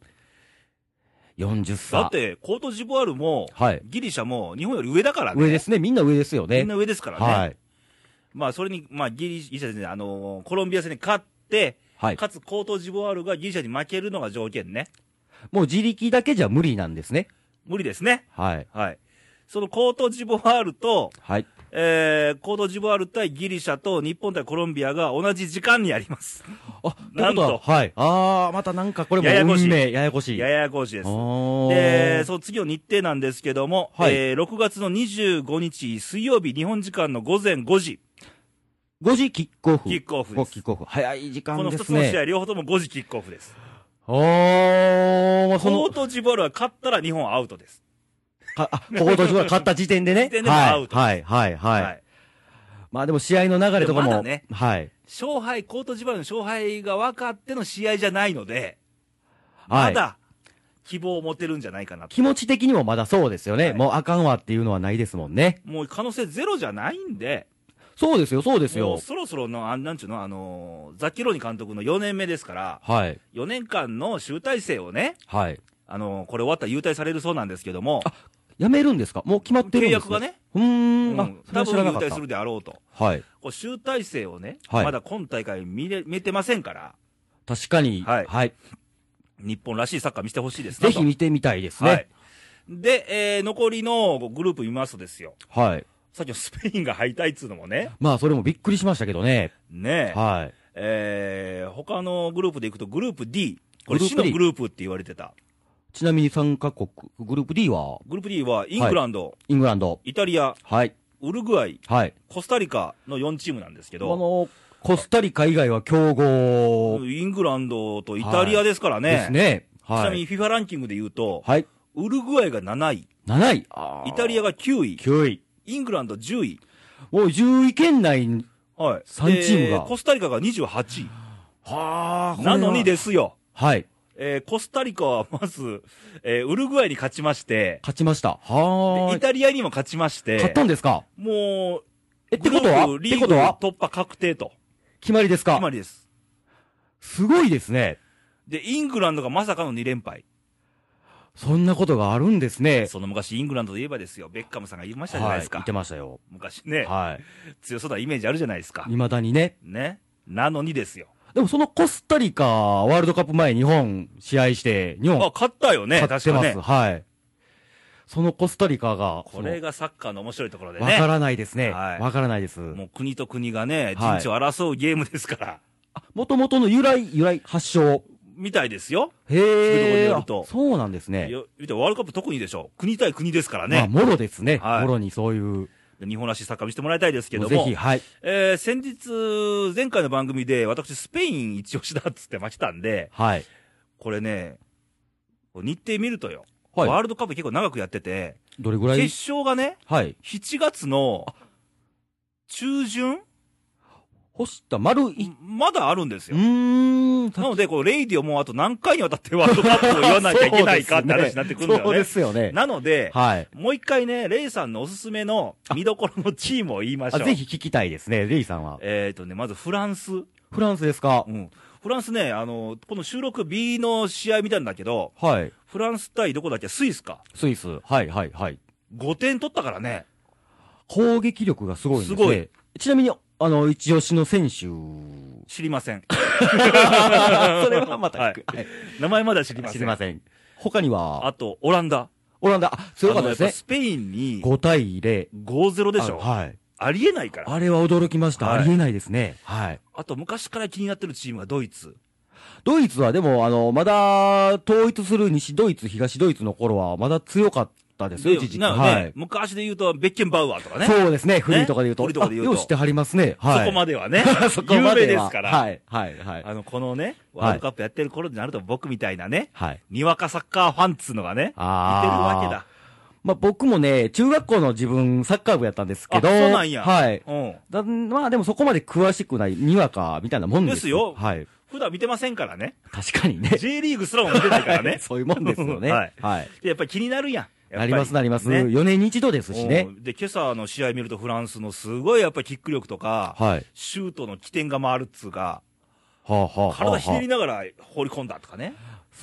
Speaker 2: 40
Speaker 1: だ
Speaker 2: 差。
Speaker 1: って、コートジボワールも、
Speaker 2: はい。
Speaker 1: ギリシャも日本より上だからね。
Speaker 2: 上ですね。みんな上ですよ
Speaker 1: み
Speaker 2: ね
Speaker 1: ん。な上ですからね。
Speaker 2: はい。
Speaker 1: まあ、それに、まあ、ギリシャですね、あのーコロンビア戦に勝って、
Speaker 2: はい。
Speaker 1: かつコートジボワールがギリシャに負けるのが条件ね。
Speaker 2: もう自力だけじゃ無理なんですね。
Speaker 1: 無理ですね。
Speaker 2: はい。
Speaker 1: はい。そのコートジボワールと、
Speaker 2: はい。
Speaker 1: えー、コートジボワール対ギリシャと日本対コロンビアが同じ時間にあります。
Speaker 2: あ、
Speaker 1: なんと
Speaker 2: ってことははい。あー、またなんかこれも
Speaker 1: ややこしい
Speaker 2: 運命、ややこしい。
Speaker 1: ややこしいです。
Speaker 2: お
Speaker 1: で、
Speaker 2: ー。
Speaker 1: その次の日程なんですけども、
Speaker 2: はい
Speaker 1: えー6月の25日水曜日、日本時間の午前5時、
Speaker 2: 5時キックオフ。
Speaker 1: キックオフです
Speaker 2: キックオフ。早い時
Speaker 1: こ
Speaker 2: 間
Speaker 1: の
Speaker 2: で
Speaker 1: 2つ
Speaker 2: す
Speaker 1: の試
Speaker 2: ね。
Speaker 1: 合、両方とも5時キックオフです。
Speaker 2: おー、まあそ
Speaker 1: コ
Speaker 2: の
Speaker 1: ー、トジボワールが勝ったら日本はアウトです。
Speaker 2: かあ、ここ途中から勝った時点で ね。
Speaker 1: 時点でもうア
Speaker 2: は
Speaker 1: ウ
Speaker 2: い、
Speaker 1: ト
Speaker 2: はい、はい、は。
Speaker 1: はいい。
Speaker 2: まあでも試合の流れと
Speaker 1: でも
Speaker 2: か
Speaker 1: ま
Speaker 2: も
Speaker 1: だね、
Speaker 2: はい。
Speaker 1: 勝敗、コートジバルの勝敗が分かっての試合じゃないので、
Speaker 2: は
Speaker 1: ま
Speaker 2: い
Speaker 1: だ希望を持てるんじゃないかなと。
Speaker 2: 気持ち的にもまだそうですよ
Speaker 1: は
Speaker 2: ね。
Speaker 1: い
Speaker 2: もうあかんわっていうのはないですもんね。
Speaker 1: もう可能性ゼロじゃないんで、
Speaker 2: そうですよ、そうです
Speaker 1: も
Speaker 2: よ
Speaker 1: う。そろそろの、あなんちゅうの、あのーザッキローニ監督の4年目ですから、
Speaker 2: はい、
Speaker 1: 4年間の集大成をね、
Speaker 2: はい。
Speaker 1: あのーこれ終わったら優待されるそうなんですけども、
Speaker 2: 辞めるんですかもう決まってるん
Speaker 1: 契
Speaker 2: です
Speaker 1: 約が。ね、
Speaker 2: うーん、
Speaker 1: う
Speaker 2: あ
Speaker 1: ん、
Speaker 2: それ
Speaker 1: 多
Speaker 2: は知ら
Speaker 1: 分優
Speaker 2: なかっ
Speaker 1: 待
Speaker 2: た
Speaker 1: す。るであろうと、
Speaker 2: はい。
Speaker 1: こう集大成をね、
Speaker 2: はい
Speaker 1: まだ今大会見れ見てませんから、
Speaker 2: 確かに、
Speaker 1: はい
Speaker 2: はい。
Speaker 1: 日本らしいサッカー見せてほしいですな
Speaker 2: ぜ
Speaker 1: と
Speaker 2: ひ見てみたいです
Speaker 1: はい
Speaker 2: ね。、
Speaker 1: で、えー残りのグループ見ますとですよ、
Speaker 2: はい。
Speaker 1: さっきのスペインが敗退っつうのもね、
Speaker 2: まあ、それもびっくりしましたけどね。
Speaker 1: ねえ
Speaker 2: はい。
Speaker 1: えー他のグループでいくと、グループ D、これ、
Speaker 2: グル
Speaker 1: 死
Speaker 2: ープ
Speaker 1: の
Speaker 2: D
Speaker 1: グループって言われてた、
Speaker 2: ちなみに3カ国、グループ D は、
Speaker 1: グループ D はイングランド、
Speaker 2: イングランド。
Speaker 1: イタリア、
Speaker 2: はい。
Speaker 1: ウルグアイ、
Speaker 2: はい。
Speaker 1: コスタリカの4チームなんですけ
Speaker 2: あ
Speaker 1: ど、
Speaker 2: の、コスタリカ以外は強豪
Speaker 1: イングランドとイタリアですからね、
Speaker 2: ですね。
Speaker 1: ちな
Speaker 2: は
Speaker 1: みに
Speaker 2: い。
Speaker 1: FIFA ランキングで言うと、
Speaker 2: はい。
Speaker 1: ウルグアイが7位、
Speaker 2: 7位。
Speaker 1: イタリア
Speaker 2: が
Speaker 1: が9位、
Speaker 2: 9位。
Speaker 1: イングランド10位、
Speaker 2: もう10位圏内に、
Speaker 1: はい、
Speaker 2: 三チームが
Speaker 1: でコスタリカが28位、
Speaker 2: は
Speaker 1: なのに
Speaker 2: で。
Speaker 1: ですよ、
Speaker 2: はい。
Speaker 1: えーコスタリカはまず、えーウルグアイに勝ちまして、
Speaker 2: 勝ちました。
Speaker 1: で
Speaker 2: はー
Speaker 1: イ
Speaker 2: い。
Speaker 1: タリアにも勝ちまして、
Speaker 2: 勝ったんですか
Speaker 1: もう、
Speaker 2: え、ってことは
Speaker 1: グループ
Speaker 2: っ
Speaker 1: リ
Speaker 2: て
Speaker 1: ーグ
Speaker 2: ことは
Speaker 1: 突破確定と、
Speaker 2: 決まりです
Speaker 1: 決
Speaker 2: か
Speaker 1: まりです。
Speaker 2: すごいですね。
Speaker 1: で、イングランドがまさかの2連敗。
Speaker 2: そんなことがあるんですね。
Speaker 1: その昔、イングランドといえばですよ、ベッカムさんが言いましたじゃない
Speaker 2: は
Speaker 1: ですか。
Speaker 2: い。見てましたよ。
Speaker 1: 昔ね、
Speaker 2: はい。
Speaker 1: 強そうなイメージあるじゃないですか。
Speaker 2: 未だにね。
Speaker 1: ね。なのにですよ。
Speaker 2: でもそのコスタリカ、ワールドカップ前日本試合して、日本
Speaker 1: あ、勝ったよね、
Speaker 2: 勝っ
Speaker 1: 確
Speaker 2: て
Speaker 1: か
Speaker 2: ます。
Speaker 1: ね。
Speaker 2: はい。そのコスタリカが、
Speaker 1: これがサッカーの面白いところで
Speaker 2: そのわか
Speaker 1: ね。
Speaker 2: らないですね。
Speaker 1: はい
Speaker 2: わからないです。
Speaker 1: もう国と国がね、
Speaker 2: はい
Speaker 1: 陣地を争うゲームですから、
Speaker 2: もともとの由来、由来、発祥。
Speaker 1: みたいですよ。聞くところに
Speaker 2: へえ。
Speaker 1: よる
Speaker 2: あ
Speaker 1: と
Speaker 2: そうなんですね。
Speaker 1: よ見てワールドカップ特にでしょ。国対国ですから
Speaker 2: まあ、
Speaker 1: ね。
Speaker 2: もろですね。
Speaker 1: はい
Speaker 2: もろにそういう。
Speaker 1: 日本らしいサッカー見せてもらいたいですけど
Speaker 2: ぜ
Speaker 1: も
Speaker 2: ひ、。はい。
Speaker 1: えー先日、前回の番組で私スペイン一押しだっつってましたんで、
Speaker 2: はい。
Speaker 1: これね、こう日程見るとよ。
Speaker 2: はい
Speaker 1: ワールドカップ結構長くやってて、
Speaker 2: どれぐらい
Speaker 1: 決勝がね、
Speaker 2: はい。
Speaker 1: 7月の中旬
Speaker 2: 星田丸い、
Speaker 1: まだあるんです
Speaker 2: う
Speaker 1: よ。
Speaker 2: ーん。
Speaker 1: なので、こう、レイディをもうあと何回にわたってワールドカップを言わなきゃいけないかって話になってくるんだ
Speaker 2: そ
Speaker 1: よ
Speaker 2: うで
Speaker 1: ね。
Speaker 2: すよね。
Speaker 1: なので、
Speaker 2: はい。
Speaker 1: もう一回ね、レイさんのおすすめの見どころのチームを言いましょ
Speaker 2: あ
Speaker 1: う。
Speaker 2: ぜひ聞きたいですね、レイさんは。
Speaker 1: えっ、とね、まずフランス。
Speaker 2: フランスですか
Speaker 1: うん。フランスね、あの、この収録 B の試合見たんだけど、
Speaker 2: はい。
Speaker 1: フランス対どこだっけスイスか。
Speaker 2: スイス。はい、はい、はい。
Speaker 1: 5点取ったからね。
Speaker 2: 攻撃力がすごいんです
Speaker 1: すご
Speaker 2: ね
Speaker 1: い。
Speaker 2: ちなみに、あの、一押しの選 手。
Speaker 1: 知りません。
Speaker 2: それはまた
Speaker 1: はい
Speaker 2: 聞く。はい
Speaker 1: 名前まだ知りませ
Speaker 2: 知
Speaker 1: ん。
Speaker 2: りません。他には、
Speaker 1: あと、オランダ。
Speaker 2: オランダ、あ強かったです
Speaker 1: あのやぱ。
Speaker 2: ね
Speaker 1: スペインに
Speaker 2: 5対0。
Speaker 1: 5-0でしょ。あ
Speaker 2: はい。
Speaker 1: りえないから。
Speaker 2: あれは驚きました。
Speaker 1: はい
Speaker 2: ありえないですね。はい。
Speaker 1: あと、昔から気になってるチームがドイツ。
Speaker 2: ドイツはでも、あの、まだ、統一する西ドイツ、東ドイツの頃は、まだ強かったですよ、一時期。
Speaker 1: なので、
Speaker 2: はい。
Speaker 1: 昔で言うと、ベッケンバウアーとかね。
Speaker 2: そうですね、フリーとかで言うと。
Speaker 1: フリーとかで言うと
Speaker 2: あよう知ってはりますね。はい。。
Speaker 1: そこまではね
Speaker 2: そこまでは
Speaker 1: 有名ですから。
Speaker 2: はい、はい、はい。
Speaker 1: あの、このね、
Speaker 2: はい
Speaker 1: ワールドカップやってる頃になると、僕みたいなね、
Speaker 2: はい。
Speaker 1: にわかサッカーファンっつうのがね、い
Speaker 2: あ
Speaker 1: て
Speaker 2: ー
Speaker 1: るわけだ。
Speaker 2: まあ、僕もね、中学校の自分、サッカー部やったんですけど。
Speaker 1: あそうなんや
Speaker 2: はい。
Speaker 1: うん。
Speaker 2: だまあ、でもそこまで詳しくない、にわか、みたいなもんです。
Speaker 1: ですよ
Speaker 2: はい。
Speaker 1: 普段見てませんからね。
Speaker 2: 確かにね。
Speaker 1: J リーグすらも見てないからね。
Speaker 2: そういうもんですよね。
Speaker 1: はい
Speaker 2: はい。
Speaker 1: でやっぱり気になるやん。やっぱ
Speaker 2: なります、なります。
Speaker 1: ね
Speaker 2: 4年に一度ですしね
Speaker 1: う。んで、今朝の試合見ると、フランスのすごいやっぱりキック力とか、
Speaker 2: はい。
Speaker 1: シュートの起点が回るっつうか、
Speaker 2: はあ、はあはあはあ
Speaker 1: 体ひねりながら放り込んだとかね。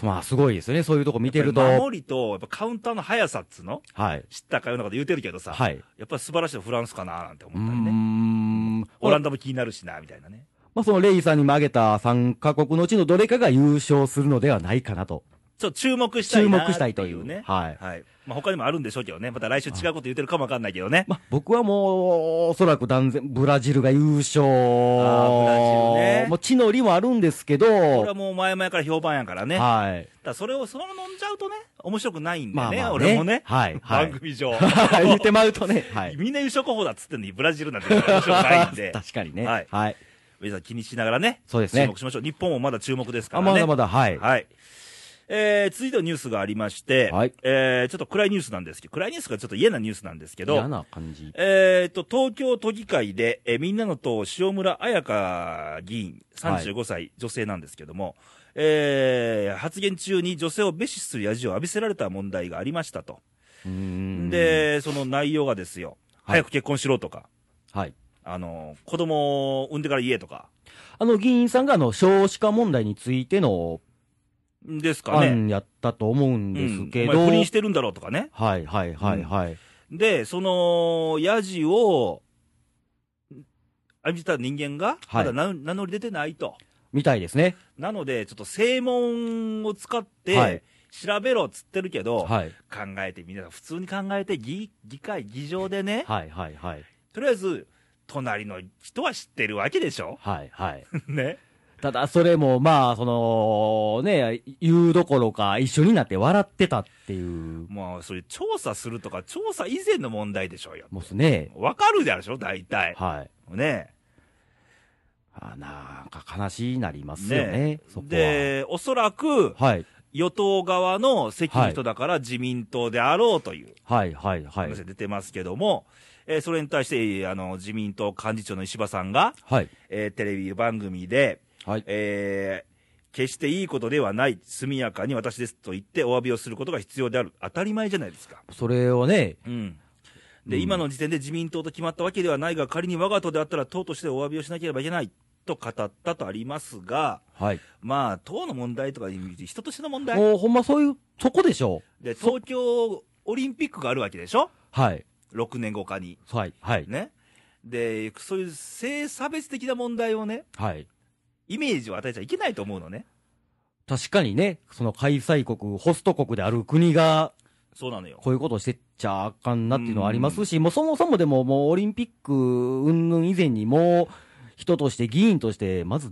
Speaker 2: まあ、すごいですよね。そういうとこ見て
Speaker 1: やっ
Speaker 2: る
Speaker 1: ぱり
Speaker 2: と。
Speaker 1: 守りと、やっぱカウンターの速さっつうの
Speaker 2: はい。
Speaker 1: 知ったかようなこと言うてるけどさ、
Speaker 2: はい。
Speaker 1: やっぱり素晴らしいのフランスかななんて思
Speaker 2: うー
Speaker 1: ったりね。
Speaker 2: ん。
Speaker 1: オランダも気になるしな、みたいなね。
Speaker 2: まあ、そのレイさんに曲げた3カ国のうちのどれかが優勝するのではないかなと。
Speaker 1: ちょっと注目したい
Speaker 2: 注
Speaker 1: な
Speaker 2: 目
Speaker 1: って
Speaker 2: したいという。
Speaker 1: ね。
Speaker 2: はい。
Speaker 1: はい。まあ、他にもあるんでしょうけどね。また来週違うこと言ってるかもわかんないけどね。
Speaker 2: まあ、僕はもう、おそらく断然、ブラジルが優
Speaker 1: ー
Speaker 2: 勝。
Speaker 1: ブラジルね
Speaker 2: もう、地の利もあるんですけど、
Speaker 1: これはもう前々から評判やからね。だか
Speaker 2: はい。
Speaker 1: らそれをそのまま飲んじゃうとね、面白くないんでね、
Speaker 2: まあまあ、ね、
Speaker 1: 俺もね。
Speaker 2: はい、はい
Speaker 1: 番。組上。
Speaker 2: 言ってまうとね、はい。
Speaker 1: みんな優勝候補だっつってんのに、ブラジルなんて面白くないんで。
Speaker 2: 確かにね。
Speaker 1: はい
Speaker 2: はい。
Speaker 1: 皆さん気にしながらね。
Speaker 2: そうですね
Speaker 1: 注目しましょう。日本もまだ注目ですか
Speaker 2: あ、
Speaker 1: らね。
Speaker 2: まだまだ、はい。
Speaker 1: はい。えー、続いてのニュースがありまして、
Speaker 2: はい
Speaker 1: えー、ちょっと暗いニュースなんですけど、暗いニュースがちょっと嫌なニュースなんですけど
Speaker 2: 嫌、な感じ。
Speaker 1: えー、と東京都議会で、えーみんなの党、塩村彩香議員、35歳、女性なんですけども、えー発言中に女性を蔑視するやじを浴びせられた問題がありましたと、
Speaker 2: うーん、
Speaker 1: でその内容がですよ、
Speaker 2: はい
Speaker 1: 早く結婚しろとか、
Speaker 2: はい。
Speaker 1: あの子供を産んでから家とか
Speaker 2: あの議員さんがあの少子化問題についての
Speaker 1: ですかね、
Speaker 2: 案やったと思うんですけ
Speaker 1: うんお
Speaker 2: ど、
Speaker 1: 前不倫してるんだろうとかね、
Speaker 2: はいはいはいはい。
Speaker 1: でそのやじを浴びせた人間が、
Speaker 2: は
Speaker 1: ま
Speaker 2: い
Speaker 1: だ名名乗り出てないと。
Speaker 2: みたいですね。
Speaker 1: なので、ちょっと正門を使っ
Speaker 2: は
Speaker 1: て
Speaker 2: い、
Speaker 1: 調べろっつってるけど、
Speaker 2: はい。
Speaker 1: 考えて、皆さん、普通に考えて、議議会、議場でね、
Speaker 2: はいはいはい。
Speaker 1: とりあえず、隣の人は知ってるわけでしょ
Speaker 2: はいはい。
Speaker 1: ね。
Speaker 2: ただ、それも、まあ、その、ね、言うどころか、一緒になって笑ってたっていう、
Speaker 1: もう、それ、調査するとか、調査以前の問題でしょうよ。
Speaker 2: もうっすね。
Speaker 1: わかるでしょ大体。
Speaker 2: はい。
Speaker 1: ね。
Speaker 2: あなんか悲しいなりますよね、
Speaker 1: ね
Speaker 2: そこは。
Speaker 1: で、おそらく、
Speaker 2: はい。
Speaker 1: 与党側の席の人だから自民党であろうという。
Speaker 2: はいはいはい。
Speaker 1: 話が出てますけども、えーそれに対してえーあの自民党幹事長の石破さんが、
Speaker 2: はい。
Speaker 1: えーテレビ番組で、
Speaker 2: はい。
Speaker 1: えー決していいことではない、速やかに私ですと言ってお詫びをすることが必要である、当たり前じゃないですか。
Speaker 2: それをね、
Speaker 1: うんで、
Speaker 2: うん
Speaker 1: 今の時点で自民党と決まったわけではないが、仮に我が党であったら党としてお詫びをしなければいけないと語ったとありますが、
Speaker 2: はい。
Speaker 1: まあ、党の問題とか、人としての問題
Speaker 2: もうほんまそういう、そこでしょう。
Speaker 1: で、東京オリンピックがあるわけでしょ、
Speaker 2: はい。
Speaker 1: 6年後かに。
Speaker 2: はい。はい。
Speaker 1: ね。で、そういう性差別的な問題をね、
Speaker 2: はい。
Speaker 1: イメージを与えちゃいけないと思うのね。
Speaker 2: 確かにね、その開催国、ホスト国である国が、
Speaker 1: そうなのよ。
Speaker 2: こういうことしてっちゃあかんなっていうのはありますし、もうそもそもでももうオリンピック云々以前にもう人として議員としてまず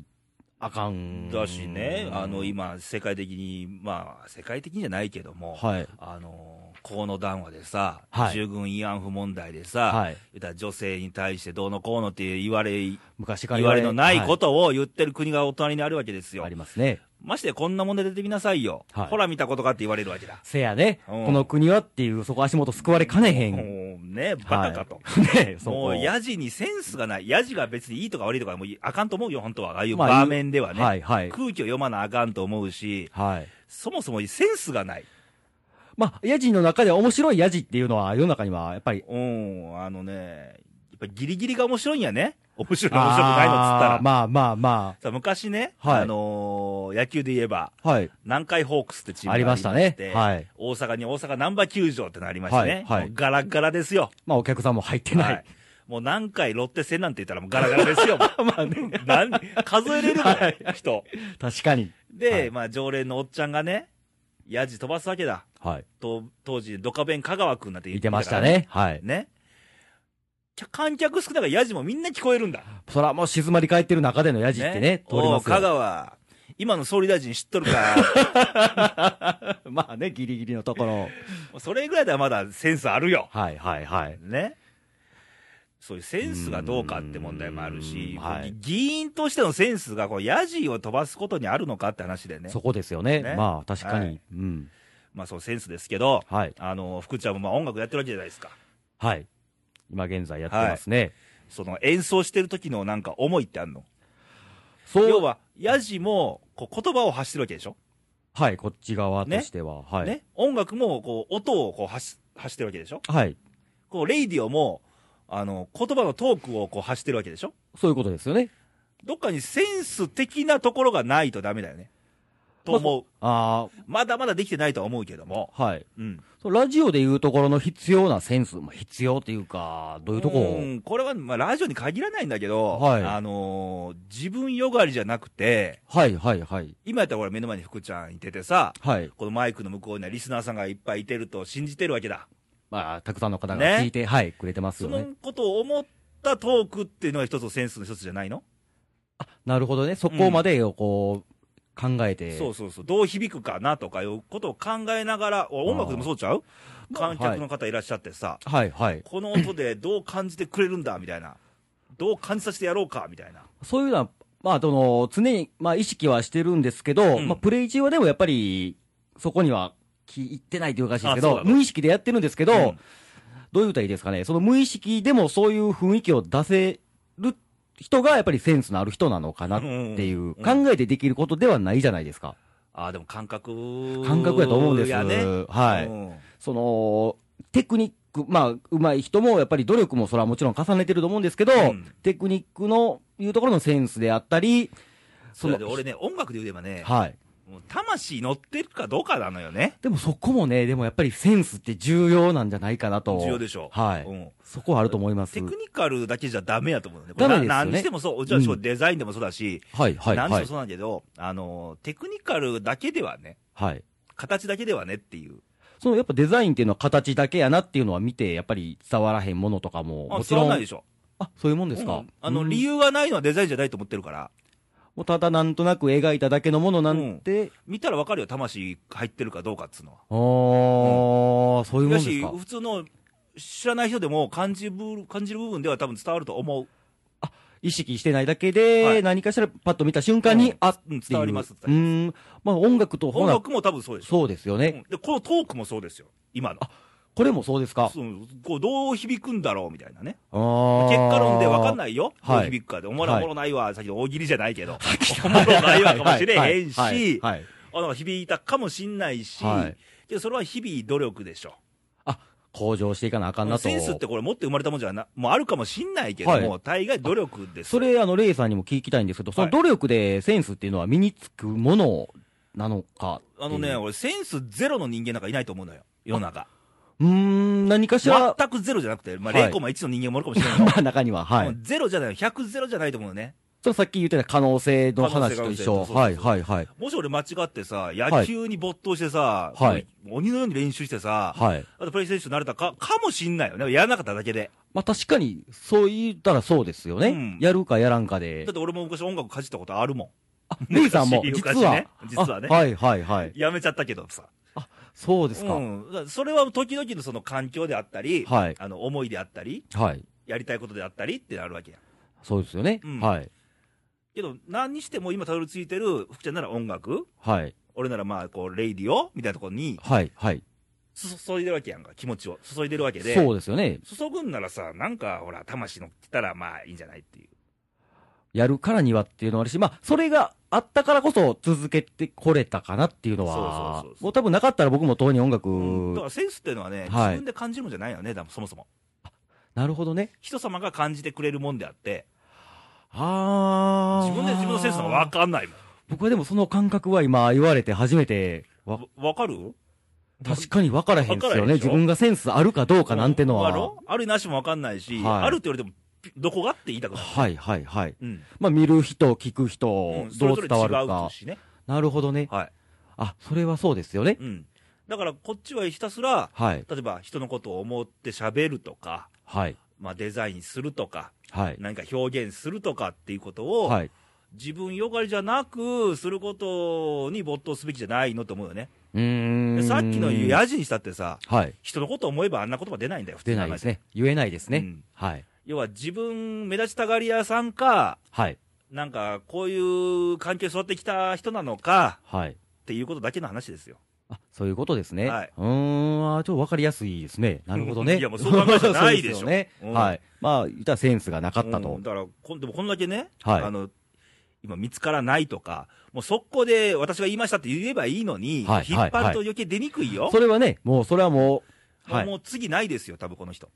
Speaker 2: あかん。
Speaker 1: だしね、あの、今、世界的に、まあ、世界的にじゃないけども、
Speaker 2: はい。
Speaker 1: あの、河野談話でさ、
Speaker 2: はい
Speaker 1: 従軍慰安婦問題でさ、
Speaker 2: はい。
Speaker 1: 言ったら女性に対してどうのこうのっていう言われ、言
Speaker 2: 昔から、
Speaker 1: われのないこととを言ってる国がお隣にあるわけです
Speaker 2: はい
Speaker 1: よ
Speaker 2: あり。ますね。
Speaker 1: ましてやこんな問題出てみなさいよ。
Speaker 2: はい
Speaker 1: ほら見たことかって言われるわけだ。
Speaker 2: せやね、
Speaker 1: うん
Speaker 2: この国はっていう、そこ足元救われかねへん。ね
Speaker 1: もうね、バカかと。
Speaker 2: え、そ
Speaker 1: も
Speaker 2: こ。
Speaker 1: う、ヤジにセンスがない。ヤジが別にいいとか悪いとかもうあかんと思うよ、本当は。ああいう
Speaker 2: まあ
Speaker 1: 場面ではね。
Speaker 2: はい、はい。
Speaker 1: 空気を読まなあかんと思うし、
Speaker 2: はい。
Speaker 1: そもそもセンスがない。
Speaker 2: まあ、ヤジの中で面白いヤジっていうのは、世の中にはやっぱり、
Speaker 1: うん、あのね、やっぱギリギリが面白いんやね。面白い、面白くないのっつった
Speaker 2: あ
Speaker 1: ら
Speaker 2: ー。まあまあま
Speaker 1: さあ昔ね、
Speaker 2: はい
Speaker 1: あのー野球で言えば、
Speaker 2: あ、はい。
Speaker 1: 南海ホークスってチームが
Speaker 2: ありましたね
Speaker 1: ありまして
Speaker 2: はい
Speaker 1: 大阪に大阪ナンバー球場ってのありましてね。
Speaker 2: はいはい
Speaker 1: もうガラッガラですよ。
Speaker 2: まあ、お客さんも入ってな。
Speaker 1: はいい。もう何回ロッテ戦なんて言ったらもうガラガラ ですよ。まあね。何数えれるの、人。
Speaker 2: 確かに。
Speaker 1: で、
Speaker 2: はい
Speaker 1: まあ常連のおっちゃんがね、ヤジ飛ばすわけだ。
Speaker 2: はい。
Speaker 1: と当時、ドカベン香川くんなんて言
Speaker 2: 見
Speaker 1: ってて
Speaker 2: ま
Speaker 1: た
Speaker 2: し
Speaker 1: か
Speaker 2: た
Speaker 1: らね。
Speaker 2: ね。はい。
Speaker 1: ね。きゃ観客少ないからヤジもみんな聞こえるんだ。
Speaker 2: そらもう静まり返ってる中でのヤジってね、通り
Speaker 1: お
Speaker 2: ま
Speaker 1: う
Speaker 2: すよ
Speaker 1: 香川、今の総理大臣知っとるか。
Speaker 2: まあね、ギリギリのところ。
Speaker 1: もうそれぐらいではまだセンスあるよ。
Speaker 2: はいはいはい。
Speaker 1: ね。そういうセンスがどうかって問題もあるし、
Speaker 2: うーんはい
Speaker 1: こう議員としてのセンスがこうヤジを飛ばすことにあるのかって話でね。
Speaker 2: そこですよね。
Speaker 1: ね
Speaker 2: まあ確かに、
Speaker 1: はい
Speaker 2: うん。
Speaker 1: まあそうセンスですけど、
Speaker 2: はい。
Speaker 1: あの、福ちゃんもまあ音楽やってるわけじゃないですか。
Speaker 2: はい。今現在やってますね。
Speaker 1: その演奏してる時のなんか思いってあるの
Speaker 2: そう。
Speaker 1: 要は、ヤジもこう言葉を発してるわけでしょ、
Speaker 2: はい、こっち側としては。はい。
Speaker 1: ね音楽もこう音をこう発し発してるわけでしょ
Speaker 2: はい。
Speaker 1: こうレイディオもあの言葉のトークをこう発してるわけでしょ
Speaker 2: そういうことですよね。
Speaker 1: どっかにセンス的なところがないとダメだよね。と思
Speaker 2: あ
Speaker 1: う。まだまだできてないとは思うけども。
Speaker 2: あ、はい。
Speaker 1: うん。
Speaker 2: そうラジオでいうところの必要なセンス、まあ、必要っていうか、どういうとこ
Speaker 1: んこれは、まあ、ラジオに限らないんだけど、
Speaker 2: はい
Speaker 1: あのー自分よがりじゃなくて、
Speaker 2: はいはいはい。
Speaker 1: 今やったらほら目の前に福ちゃんいててさ、
Speaker 2: はい。
Speaker 1: このマイクの向こうにはリスナーさんがいっぱいいてると信じてるわけだ。
Speaker 2: まあ、たくさんの方
Speaker 1: ね
Speaker 2: が聞いて、はい、くれてます
Speaker 1: そ
Speaker 2: よね
Speaker 1: の。ことを思ったトークっていうのが一つのセンスの一つじゃないの、
Speaker 2: なるほどね。そこまでをこう、考えて。
Speaker 1: そうそうそう。どう響くかなとかいうことを考えながら、お音楽でもそうちゃう観客の方いらっしゃってさ、
Speaker 2: はいはい。
Speaker 1: この音でどう感じてくれるんだみたいな。どう感じさせてやろうかみたいな。
Speaker 2: そういうのは、まあ、その、常に、まあ、意識はしてるんですけど、
Speaker 1: うん
Speaker 2: まあ、プレイ中はでもやっぱり、そこには気いってないというかおかしいですけ
Speaker 1: あそう
Speaker 2: ど
Speaker 1: な、の
Speaker 2: 無意識でやってるんですけど、
Speaker 1: うん
Speaker 2: どういう歌いいですかね、その無意識でもそういう雰囲気を出せる人がやっぱりセンスのある人なのかなっていう、
Speaker 1: うんうんうん
Speaker 2: 考えてできることではないじゃないですか。
Speaker 1: ああ、でも感覚。
Speaker 2: 感覚やと思うんです
Speaker 1: やね。
Speaker 2: はい。
Speaker 1: うん
Speaker 2: その、テクニック、まあ、上手い人も、やっぱり努力もそれはもちろん重ねてると思うんですけど、
Speaker 1: うん
Speaker 2: テクニックの、いうところのセンスであったり、
Speaker 1: それで
Speaker 2: の
Speaker 1: 俺ね、音楽で言えばね、
Speaker 2: はい。
Speaker 1: もう魂乗ってるかどうかなのよね。
Speaker 2: でもそこもね、でもやっぱりセンスって重要なんじゃないかなと。
Speaker 1: 重要でしょ。
Speaker 2: はい。
Speaker 1: うん
Speaker 2: そこはあると思います。
Speaker 1: テクニカルだけじゃダメやと思うのね。
Speaker 2: ダメですよね
Speaker 1: これな何にしてもそう、じゃあ、
Speaker 2: うん
Speaker 1: デザインでもそうだし、
Speaker 2: はい、はい、
Speaker 1: 何にし
Speaker 2: は
Speaker 1: ても
Speaker 2: い。
Speaker 1: そうなんだけど、あの、テクニカルだけではね、
Speaker 2: はい。
Speaker 1: 形だけではねっていう。
Speaker 2: そのやっぱデザインっていうのは形だけやなっていうのは見て、やっぱり伝わらへんものとかも、
Speaker 1: あ
Speaker 2: もち
Speaker 1: 伝わ
Speaker 2: ろ
Speaker 1: ん
Speaker 2: ん。
Speaker 1: ないでしょ。
Speaker 2: あ、そういうもんですか。
Speaker 1: うんあの、
Speaker 2: うん
Speaker 1: 理由がないのはデザインじゃないと思ってるから、
Speaker 2: もうただなんとなく描いただけのものなんて、
Speaker 1: 見たらわかるよ、魂入ってるかどうかっつうのは。
Speaker 2: あー、そういうも
Speaker 1: だ
Speaker 2: んで
Speaker 1: し、
Speaker 2: すか。
Speaker 1: 普通の知らない人でも感じぶ感じる部分では多分伝わると思う。
Speaker 2: 意識してないだけ
Speaker 1: は
Speaker 2: で、
Speaker 1: い
Speaker 2: 何かしらパッと見た瞬間に、
Speaker 1: うん
Speaker 2: あ
Speaker 1: うん
Speaker 2: っていう
Speaker 1: 伝わります
Speaker 2: うーん。まあ音楽と、ほ
Speaker 1: 音
Speaker 2: ら、
Speaker 1: 楽も多分そうでしょ。
Speaker 2: そうですよ
Speaker 1: う
Speaker 2: ね。
Speaker 1: んで、このトークもそうですよ、今の。
Speaker 2: これもそうですか。
Speaker 1: そうこうどう響くんだろうみたいなね。
Speaker 2: 結果
Speaker 1: 結果論で分かん
Speaker 2: い。
Speaker 1: ないよ、
Speaker 2: はい
Speaker 1: どう響くかで、おもろいお
Speaker 2: はい
Speaker 1: もろないわ、さっきの大喜利じゃないけど、おもろないわかもしれへんし、
Speaker 2: はいはいはいはい
Speaker 1: あの響いたかもしんないし、
Speaker 2: はい
Speaker 1: けどそれは日々努力でしょ、
Speaker 2: あ、向上していかなあかんなと。
Speaker 1: センスってこれ、持って生まれたもんじゃなもうあるかもしんないけども、
Speaker 2: は
Speaker 1: 大概努力です
Speaker 2: それ、あの、レイさんにも聞きたいんですけど、そ
Speaker 1: は
Speaker 2: の
Speaker 1: い
Speaker 2: 努力でセンスっていうのは身につくものなのかっていう。
Speaker 1: あのね、俺、センスゼロの人間なんかいないと思うのよ、世の中。
Speaker 2: うーん、何かしら、
Speaker 1: 全くゼロじゃなくて、まあ、
Speaker 2: はい
Speaker 1: 0コマ1の人間もおるかもしれないけど
Speaker 2: まあ中には、は
Speaker 1: もう
Speaker 2: い。
Speaker 1: ゼロじゃないの、100ゼロじゃないと思うのね。
Speaker 2: それさっき言ってた可能性の話と一緒。
Speaker 1: 可能性があ
Speaker 2: は
Speaker 1: る
Speaker 2: い、
Speaker 1: と
Speaker 2: はい、はい。
Speaker 1: もし俺間違ってさ、野球に没頭してさ、
Speaker 2: はい
Speaker 1: 鬼のように練習してさ、
Speaker 2: はい。
Speaker 1: あとプレイステーションになれたか、かもしんないよね。やらなかっただけで。
Speaker 2: まあ確かに、そう言ったらそうですよね。
Speaker 1: うん
Speaker 2: やるかやらんかで
Speaker 1: だっ。て俺も昔音楽かじったことあるも
Speaker 2: あ、レイさんも、
Speaker 1: 昔
Speaker 2: 実
Speaker 1: 昔
Speaker 2: は
Speaker 1: ね。実はね
Speaker 2: あはい、はい、はい
Speaker 1: ん。。やめちゃったけどさ。
Speaker 2: そうですか。
Speaker 1: うん。だからそれは時々のその環境であったり、
Speaker 2: はい
Speaker 1: あの、思いであったり、
Speaker 2: はい。
Speaker 1: やりたいことであったりってあるわけやん。
Speaker 2: そうですよね
Speaker 1: うん。
Speaker 2: はい。
Speaker 1: けど、何にしても今たどり着いてる、福ちゃんなら音楽、
Speaker 2: はい。
Speaker 1: 俺ならまあ、こう、レイディオみたいなところに、
Speaker 2: はい、はい。
Speaker 1: 注注いでるわけやんか。気持ちを。注いでるわけで。
Speaker 2: そうですよね。
Speaker 1: 注ぐんならさ、なんか、ほら、魂乗ってたら、まあ、いいんじゃないっていう。
Speaker 2: やるからにはっていうのはあるし、まあ、それがあったからこそ続けてこれたかなっていうのは、
Speaker 1: そうそうそうそう
Speaker 2: もう多分なかったら僕も当に音楽、
Speaker 1: うんだからセンスっていうのはね、
Speaker 2: はい
Speaker 1: 自分で感じるもんじゃないよね、だそもそも。
Speaker 2: なるほどね。
Speaker 1: 人様が感じてくれるもんであって、
Speaker 2: あー
Speaker 1: 自分で自分のセンスが分かんないもん。
Speaker 2: 僕はでもその感覚は今言われて初めて、わ
Speaker 1: わ分かる
Speaker 2: 確かに分からへんです
Speaker 1: 分からへ
Speaker 2: よ
Speaker 1: んで
Speaker 2: ね。
Speaker 1: しょ
Speaker 2: 自分がセンスあるかどうかなんての
Speaker 1: わ
Speaker 2: は。
Speaker 1: かるあるなしも分かんないし、
Speaker 2: はい
Speaker 1: あるって言われても、ピどこがって言いたくない。
Speaker 2: はいはいはい。
Speaker 1: うん。
Speaker 2: まあ見る人、聞く
Speaker 1: う
Speaker 2: 人
Speaker 1: ん、
Speaker 2: どう伝わる
Speaker 1: それぞれ違
Speaker 2: か
Speaker 1: う。しね。
Speaker 2: なるほどね。
Speaker 1: はい。
Speaker 2: あ、それはそうですよね。
Speaker 1: うん。だから、こっちはひたすら、
Speaker 2: はい。
Speaker 1: 例えば、人のことを思って喋るとか、
Speaker 2: はい。
Speaker 1: まあ、デザインするとか、
Speaker 2: はい。
Speaker 1: 何か表現するとかっていうことを、
Speaker 2: はい。
Speaker 1: 自分よがりじゃなく、することに没頭すべきじゃないのと思うよね。
Speaker 2: うーん。
Speaker 1: さっきのヤジにしたってさ、
Speaker 2: はい。
Speaker 1: 人のこと思えばあんな言葉出ないんだよ、普通
Speaker 2: 出
Speaker 1: に考
Speaker 2: な
Speaker 1: え
Speaker 2: い
Speaker 1: て
Speaker 2: ですね。言えないですね。
Speaker 1: うん
Speaker 2: はい。
Speaker 1: 要は自分、目立ちたがり屋さんか、
Speaker 2: はい。
Speaker 1: なんかこういう環境に育ってきた人なのか
Speaker 2: はい。
Speaker 1: っていうことだけの話ですよ。
Speaker 2: あ、そういうことですね。
Speaker 1: はいう
Speaker 2: ーん、あちょっと分かりやすいですね。なるほどね。
Speaker 1: いやもうそんな話じゃないでしょ
Speaker 2: そうです
Speaker 1: う
Speaker 2: よ
Speaker 1: ん
Speaker 2: ね。はい。まあ、言ったらセンスがなかったと。
Speaker 1: うんだからこん、でもこんだけね、
Speaker 2: はい
Speaker 1: あの今、見つからないとか、もう速攻で私が言いましたって言えばいいのに、
Speaker 2: はい
Speaker 1: 引っ張ると
Speaker 2: はいはい
Speaker 1: 余計出にくいよ、
Speaker 2: それはね、もう、それはもう、
Speaker 1: もう
Speaker 2: は
Speaker 1: も
Speaker 2: い。
Speaker 1: う次ないですよ、多分この人。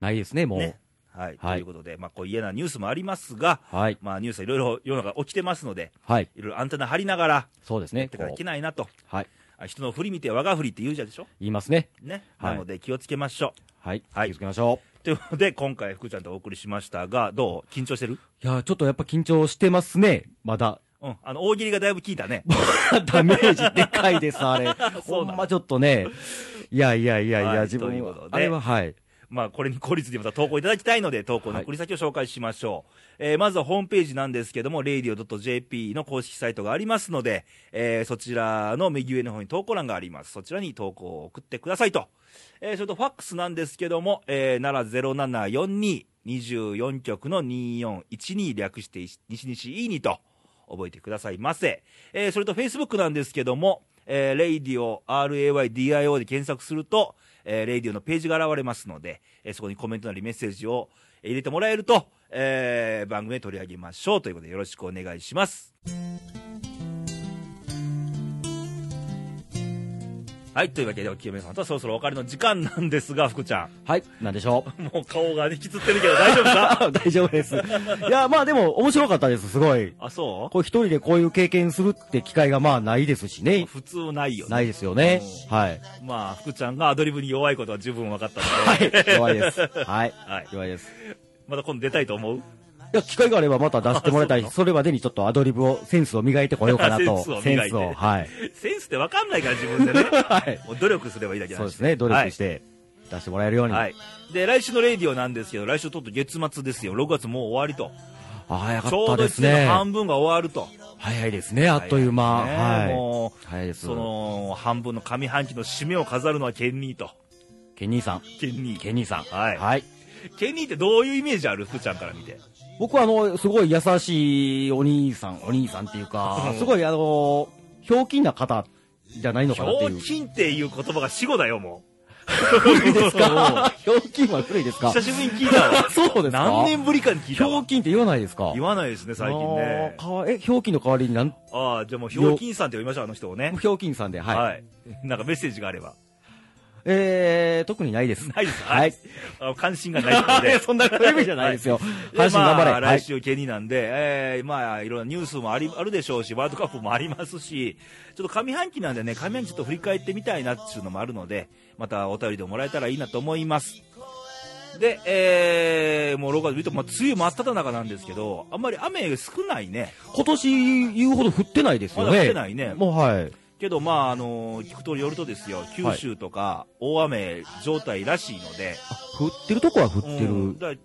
Speaker 2: ないですね、もう
Speaker 1: ね。はい、
Speaker 2: はい
Speaker 1: ということで、まあ、こう嫌なニュースもありますが、
Speaker 2: はい。
Speaker 1: まあ、ニュースはいろいろ世の中起きてますので、
Speaker 2: はい。
Speaker 1: いろいろアンテナ張りながら、
Speaker 2: そうですね。
Speaker 1: だからい
Speaker 2: こ
Speaker 1: けないなと、
Speaker 2: うはい。
Speaker 1: あ人の振り見て我が振りって言うじゃんでしょ、
Speaker 2: 言いますね。
Speaker 1: ね、
Speaker 2: はい
Speaker 1: なので気をつけましょ
Speaker 2: はい。
Speaker 1: はい
Speaker 2: 気をつけましょ
Speaker 1: う。ということで、今回、福ちゃんとお送りしましたが、どう緊張してる
Speaker 2: う。いやー、ちょっとやっぱ緊張してますね。まだ。
Speaker 1: うん、あの大喜利がだいぶ効いたね。
Speaker 2: ダメージでかいです、あれ。
Speaker 1: そう
Speaker 2: ほ
Speaker 1: なの
Speaker 2: んまちょっとね。いやいやいやい
Speaker 1: はい
Speaker 2: や、自
Speaker 1: とい
Speaker 2: 分
Speaker 1: うこ
Speaker 2: は
Speaker 1: と。で
Speaker 2: あれは、はい。
Speaker 1: まあ、これに懲りずにまた投稿いただきたいので、投稿の送り先を紹介しましょう。えーまずはホームページなんですけども、radio.jp の公式サイトがありますので、えーそちらの右上の方に投稿欄があります。そちらに投稿を送ってくださいと。えーそれとファックスなんですけども、えー、70742、24局の2412略して西西 E2 と覚えてくださいませ。えーそれと Facebook なんですけども、えー、レイディオ RAYDIO で検索すると、えー、レイディオのページが現れますので、えーそこにコメントなりメッセージをえー入れてもらえると、えー番組で取り上げましょうということでよろしくお願いします。はい、というわけで、お清めさんとはそろそろお別れの時間なんですが、福ちゃ
Speaker 2: はい、なんでし ょう。
Speaker 1: ん。もう顔が引きつってるけど大丈夫か
Speaker 2: 大丈夫です。いや、まあでも、面白かったです、すごい。
Speaker 1: あ、そう
Speaker 2: こう一人でこういう経験するって機会がまあないですしね。
Speaker 1: 普通ないよね。
Speaker 2: ないですよね。はい。
Speaker 1: まあ、福ちゃんがアドリブに弱いことは十分分かったので、
Speaker 2: はい。弱いです。はい
Speaker 1: はい。
Speaker 2: 弱いです。
Speaker 1: また今度出たいと思う
Speaker 2: いや、機会があればまた出してもらいたい
Speaker 1: あ
Speaker 2: し、それまでにちょっとアドリブを、センスを磨いてこようかなと。
Speaker 1: センスを
Speaker 2: セ
Speaker 1: 磨いて
Speaker 2: ンスを。はい。
Speaker 1: センスって分かんないから自分でね。
Speaker 2: はい。
Speaker 1: もう努力すればいいだけな
Speaker 2: そ
Speaker 1: ん
Speaker 2: うですね、努力して出してもらえるように。
Speaker 1: は
Speaker 2: あ
Speaker 1: い。で、来週のレイディオなんですけど、来週とっと月末ですよ。6月もう終わり
Speaker 2: あ、早
Speaker 1: と。
Speaker 2: か
Speaker 1: ちょ
Speaker 2: っ
Speaker 1: う
Speaker 2: た
Speaker 1: ど1
Speaker 2: です
Speaker 1: 年
Speaker 2: ね
Speaker 1: の。半分が終わると。
Speaker 2: 早いですね、あっという間。
Speaker 1: ね
Speaker 2: は
Speaker 1: も
Speaker 2: い。早いで
Speaker 1: う、
Speaker 2: す。
Speaker 1: その、半分の上半期の締めを飾るのはケンニーと。
Speaker 2: ケニーさん。
Speaker 1: ケンニー。
Speaker 2: ケニーさん。
Speaker 1: はい
Speaker 2: はい。
Speaker 1: ケンニーってどういうイメージある福ちゃんから見て。
Speaker 2: 僕はあの、すごい優しいお兄さん、お兄さんっていうか
Speaker 1: うん、
Speaker 2: すごいあの、ひょうきんな方じゃないの
Speaker 1: ひ
Speaker 2: かなって
Speaker 1: ょ
Speaker 2: いう
Speaker 1: う。きんっていう言葉が死語だよ、も
Speaker 2: 古いです
Speaker 1: う
Speaker 2: か ひょうきんは古いです
Speaker 1: う。
Speaker 2: か
Speaker 1: 久しぶりに聞いたわ
Speaker 2: 。そうですか
Speaker 1: 何年ぶりかに聞い
Speaker 2: ひ
Speaker 1: た
Speaker 2: ょ
Speaker 1: わ
Speaker 2: う。きんって言わないですか
Speaker 1: 言わないですね、最近ね
Speaker 2: あー。かわえ、ひょうきんの代わりになん、
Speaker 1: ああ、じゃあもう、ひょうきんさんって呼びましょう、あの人をね。
Speaker 2: ひょうきんさんで、はい。
Speaker 1: はい。 なんかメッセージがあれば。
Speaker 2: えー、特にないです。
Speaker 1: ないです。
Speaker 2: は
Speaker 1: はいい。あの関心がないので。
Speaker 2: そんなレベルじゃないですよ。
Speaker 1: は
Speaker 2: 阪神頑張れ。
Speaker 1: まあ、
Speaker 2: はい
Speaker 1: 来。週、ケニーなんで、えーまあ、いろんなニュースもありあるでしょうし、ワールドカップもありますし、ちょっと上半期なんでね、上半期ちょっと振り返ってみたいなっていうのもあるので、またお便りでもらえたらいいなと思います。で、えー、もう6月見ると、まあ、梅雨真っ只中なんですけど、あんまり雨少ないね。
Speaker 2: 今年言うほど降ってないですよね。
Speaker 1: まだ降ってないね
Speaker 2: もうはい。
Speaker 1: けど、まあ、あの聞くとよるとですよ、九州とか大雨状態らしいので、
Speaker 2: あ降ってるとこは降ってる。
Speaker 1: うんだから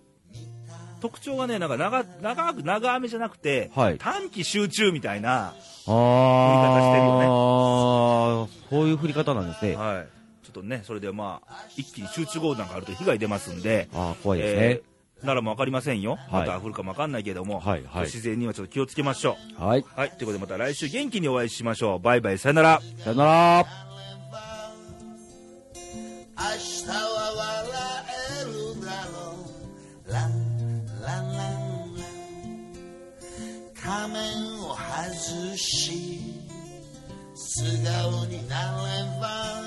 Speaker 1: 特徴がね、なんか長長く長雨じゃなくて、
Speaker 2: はい。
Speaker 1: 短期集中みたいな、
Speaker 2: あ
Speaker 1: 方してるよね
Speaker 2: あ、そういう振り方なんですね。
Speaker 1: はい、ちょっとね、それでまあ、一気に集中豪雨なんかあると被害出ますんで、
Speaker 2: ああ、怖いですね。
Speaker 1: えーならも分かりませんよ、
Speaker 2: は
Speaker 1: ま
Speaker 2: い
Speaker 1: た降るかも分かんないけども、
Speaker 2: はいはい
Speaker 1: 自然にはちょっと気をつけましょ
Speaker 2: はい。
Speaker 1: う。はい、ということで、また来週元気にお会いしましょう。バイバイ、さよなら。
Speaker 2: さよなら。
Speaker 3: 明日は笑えるだろうランランランラン仮面を外し素顔になれば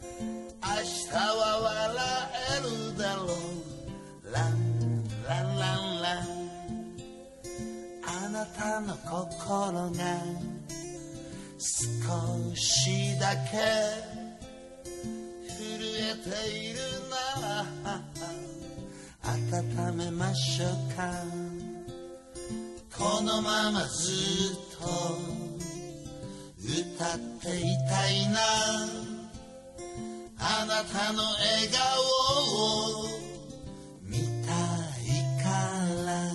Speaker 3: 明日は笑えるだろうランランランランあなたの心が少しだけ震えているなら温めましょうかこのままずっと歌っていたいなあなたの笑顔を見たいから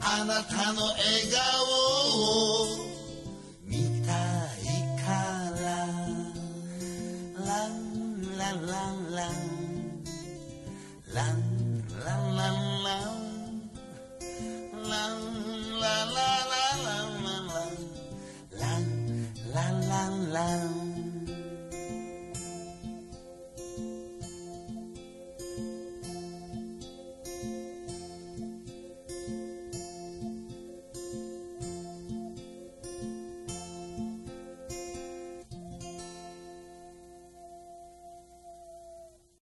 Speaker 3: あなたの笑顔を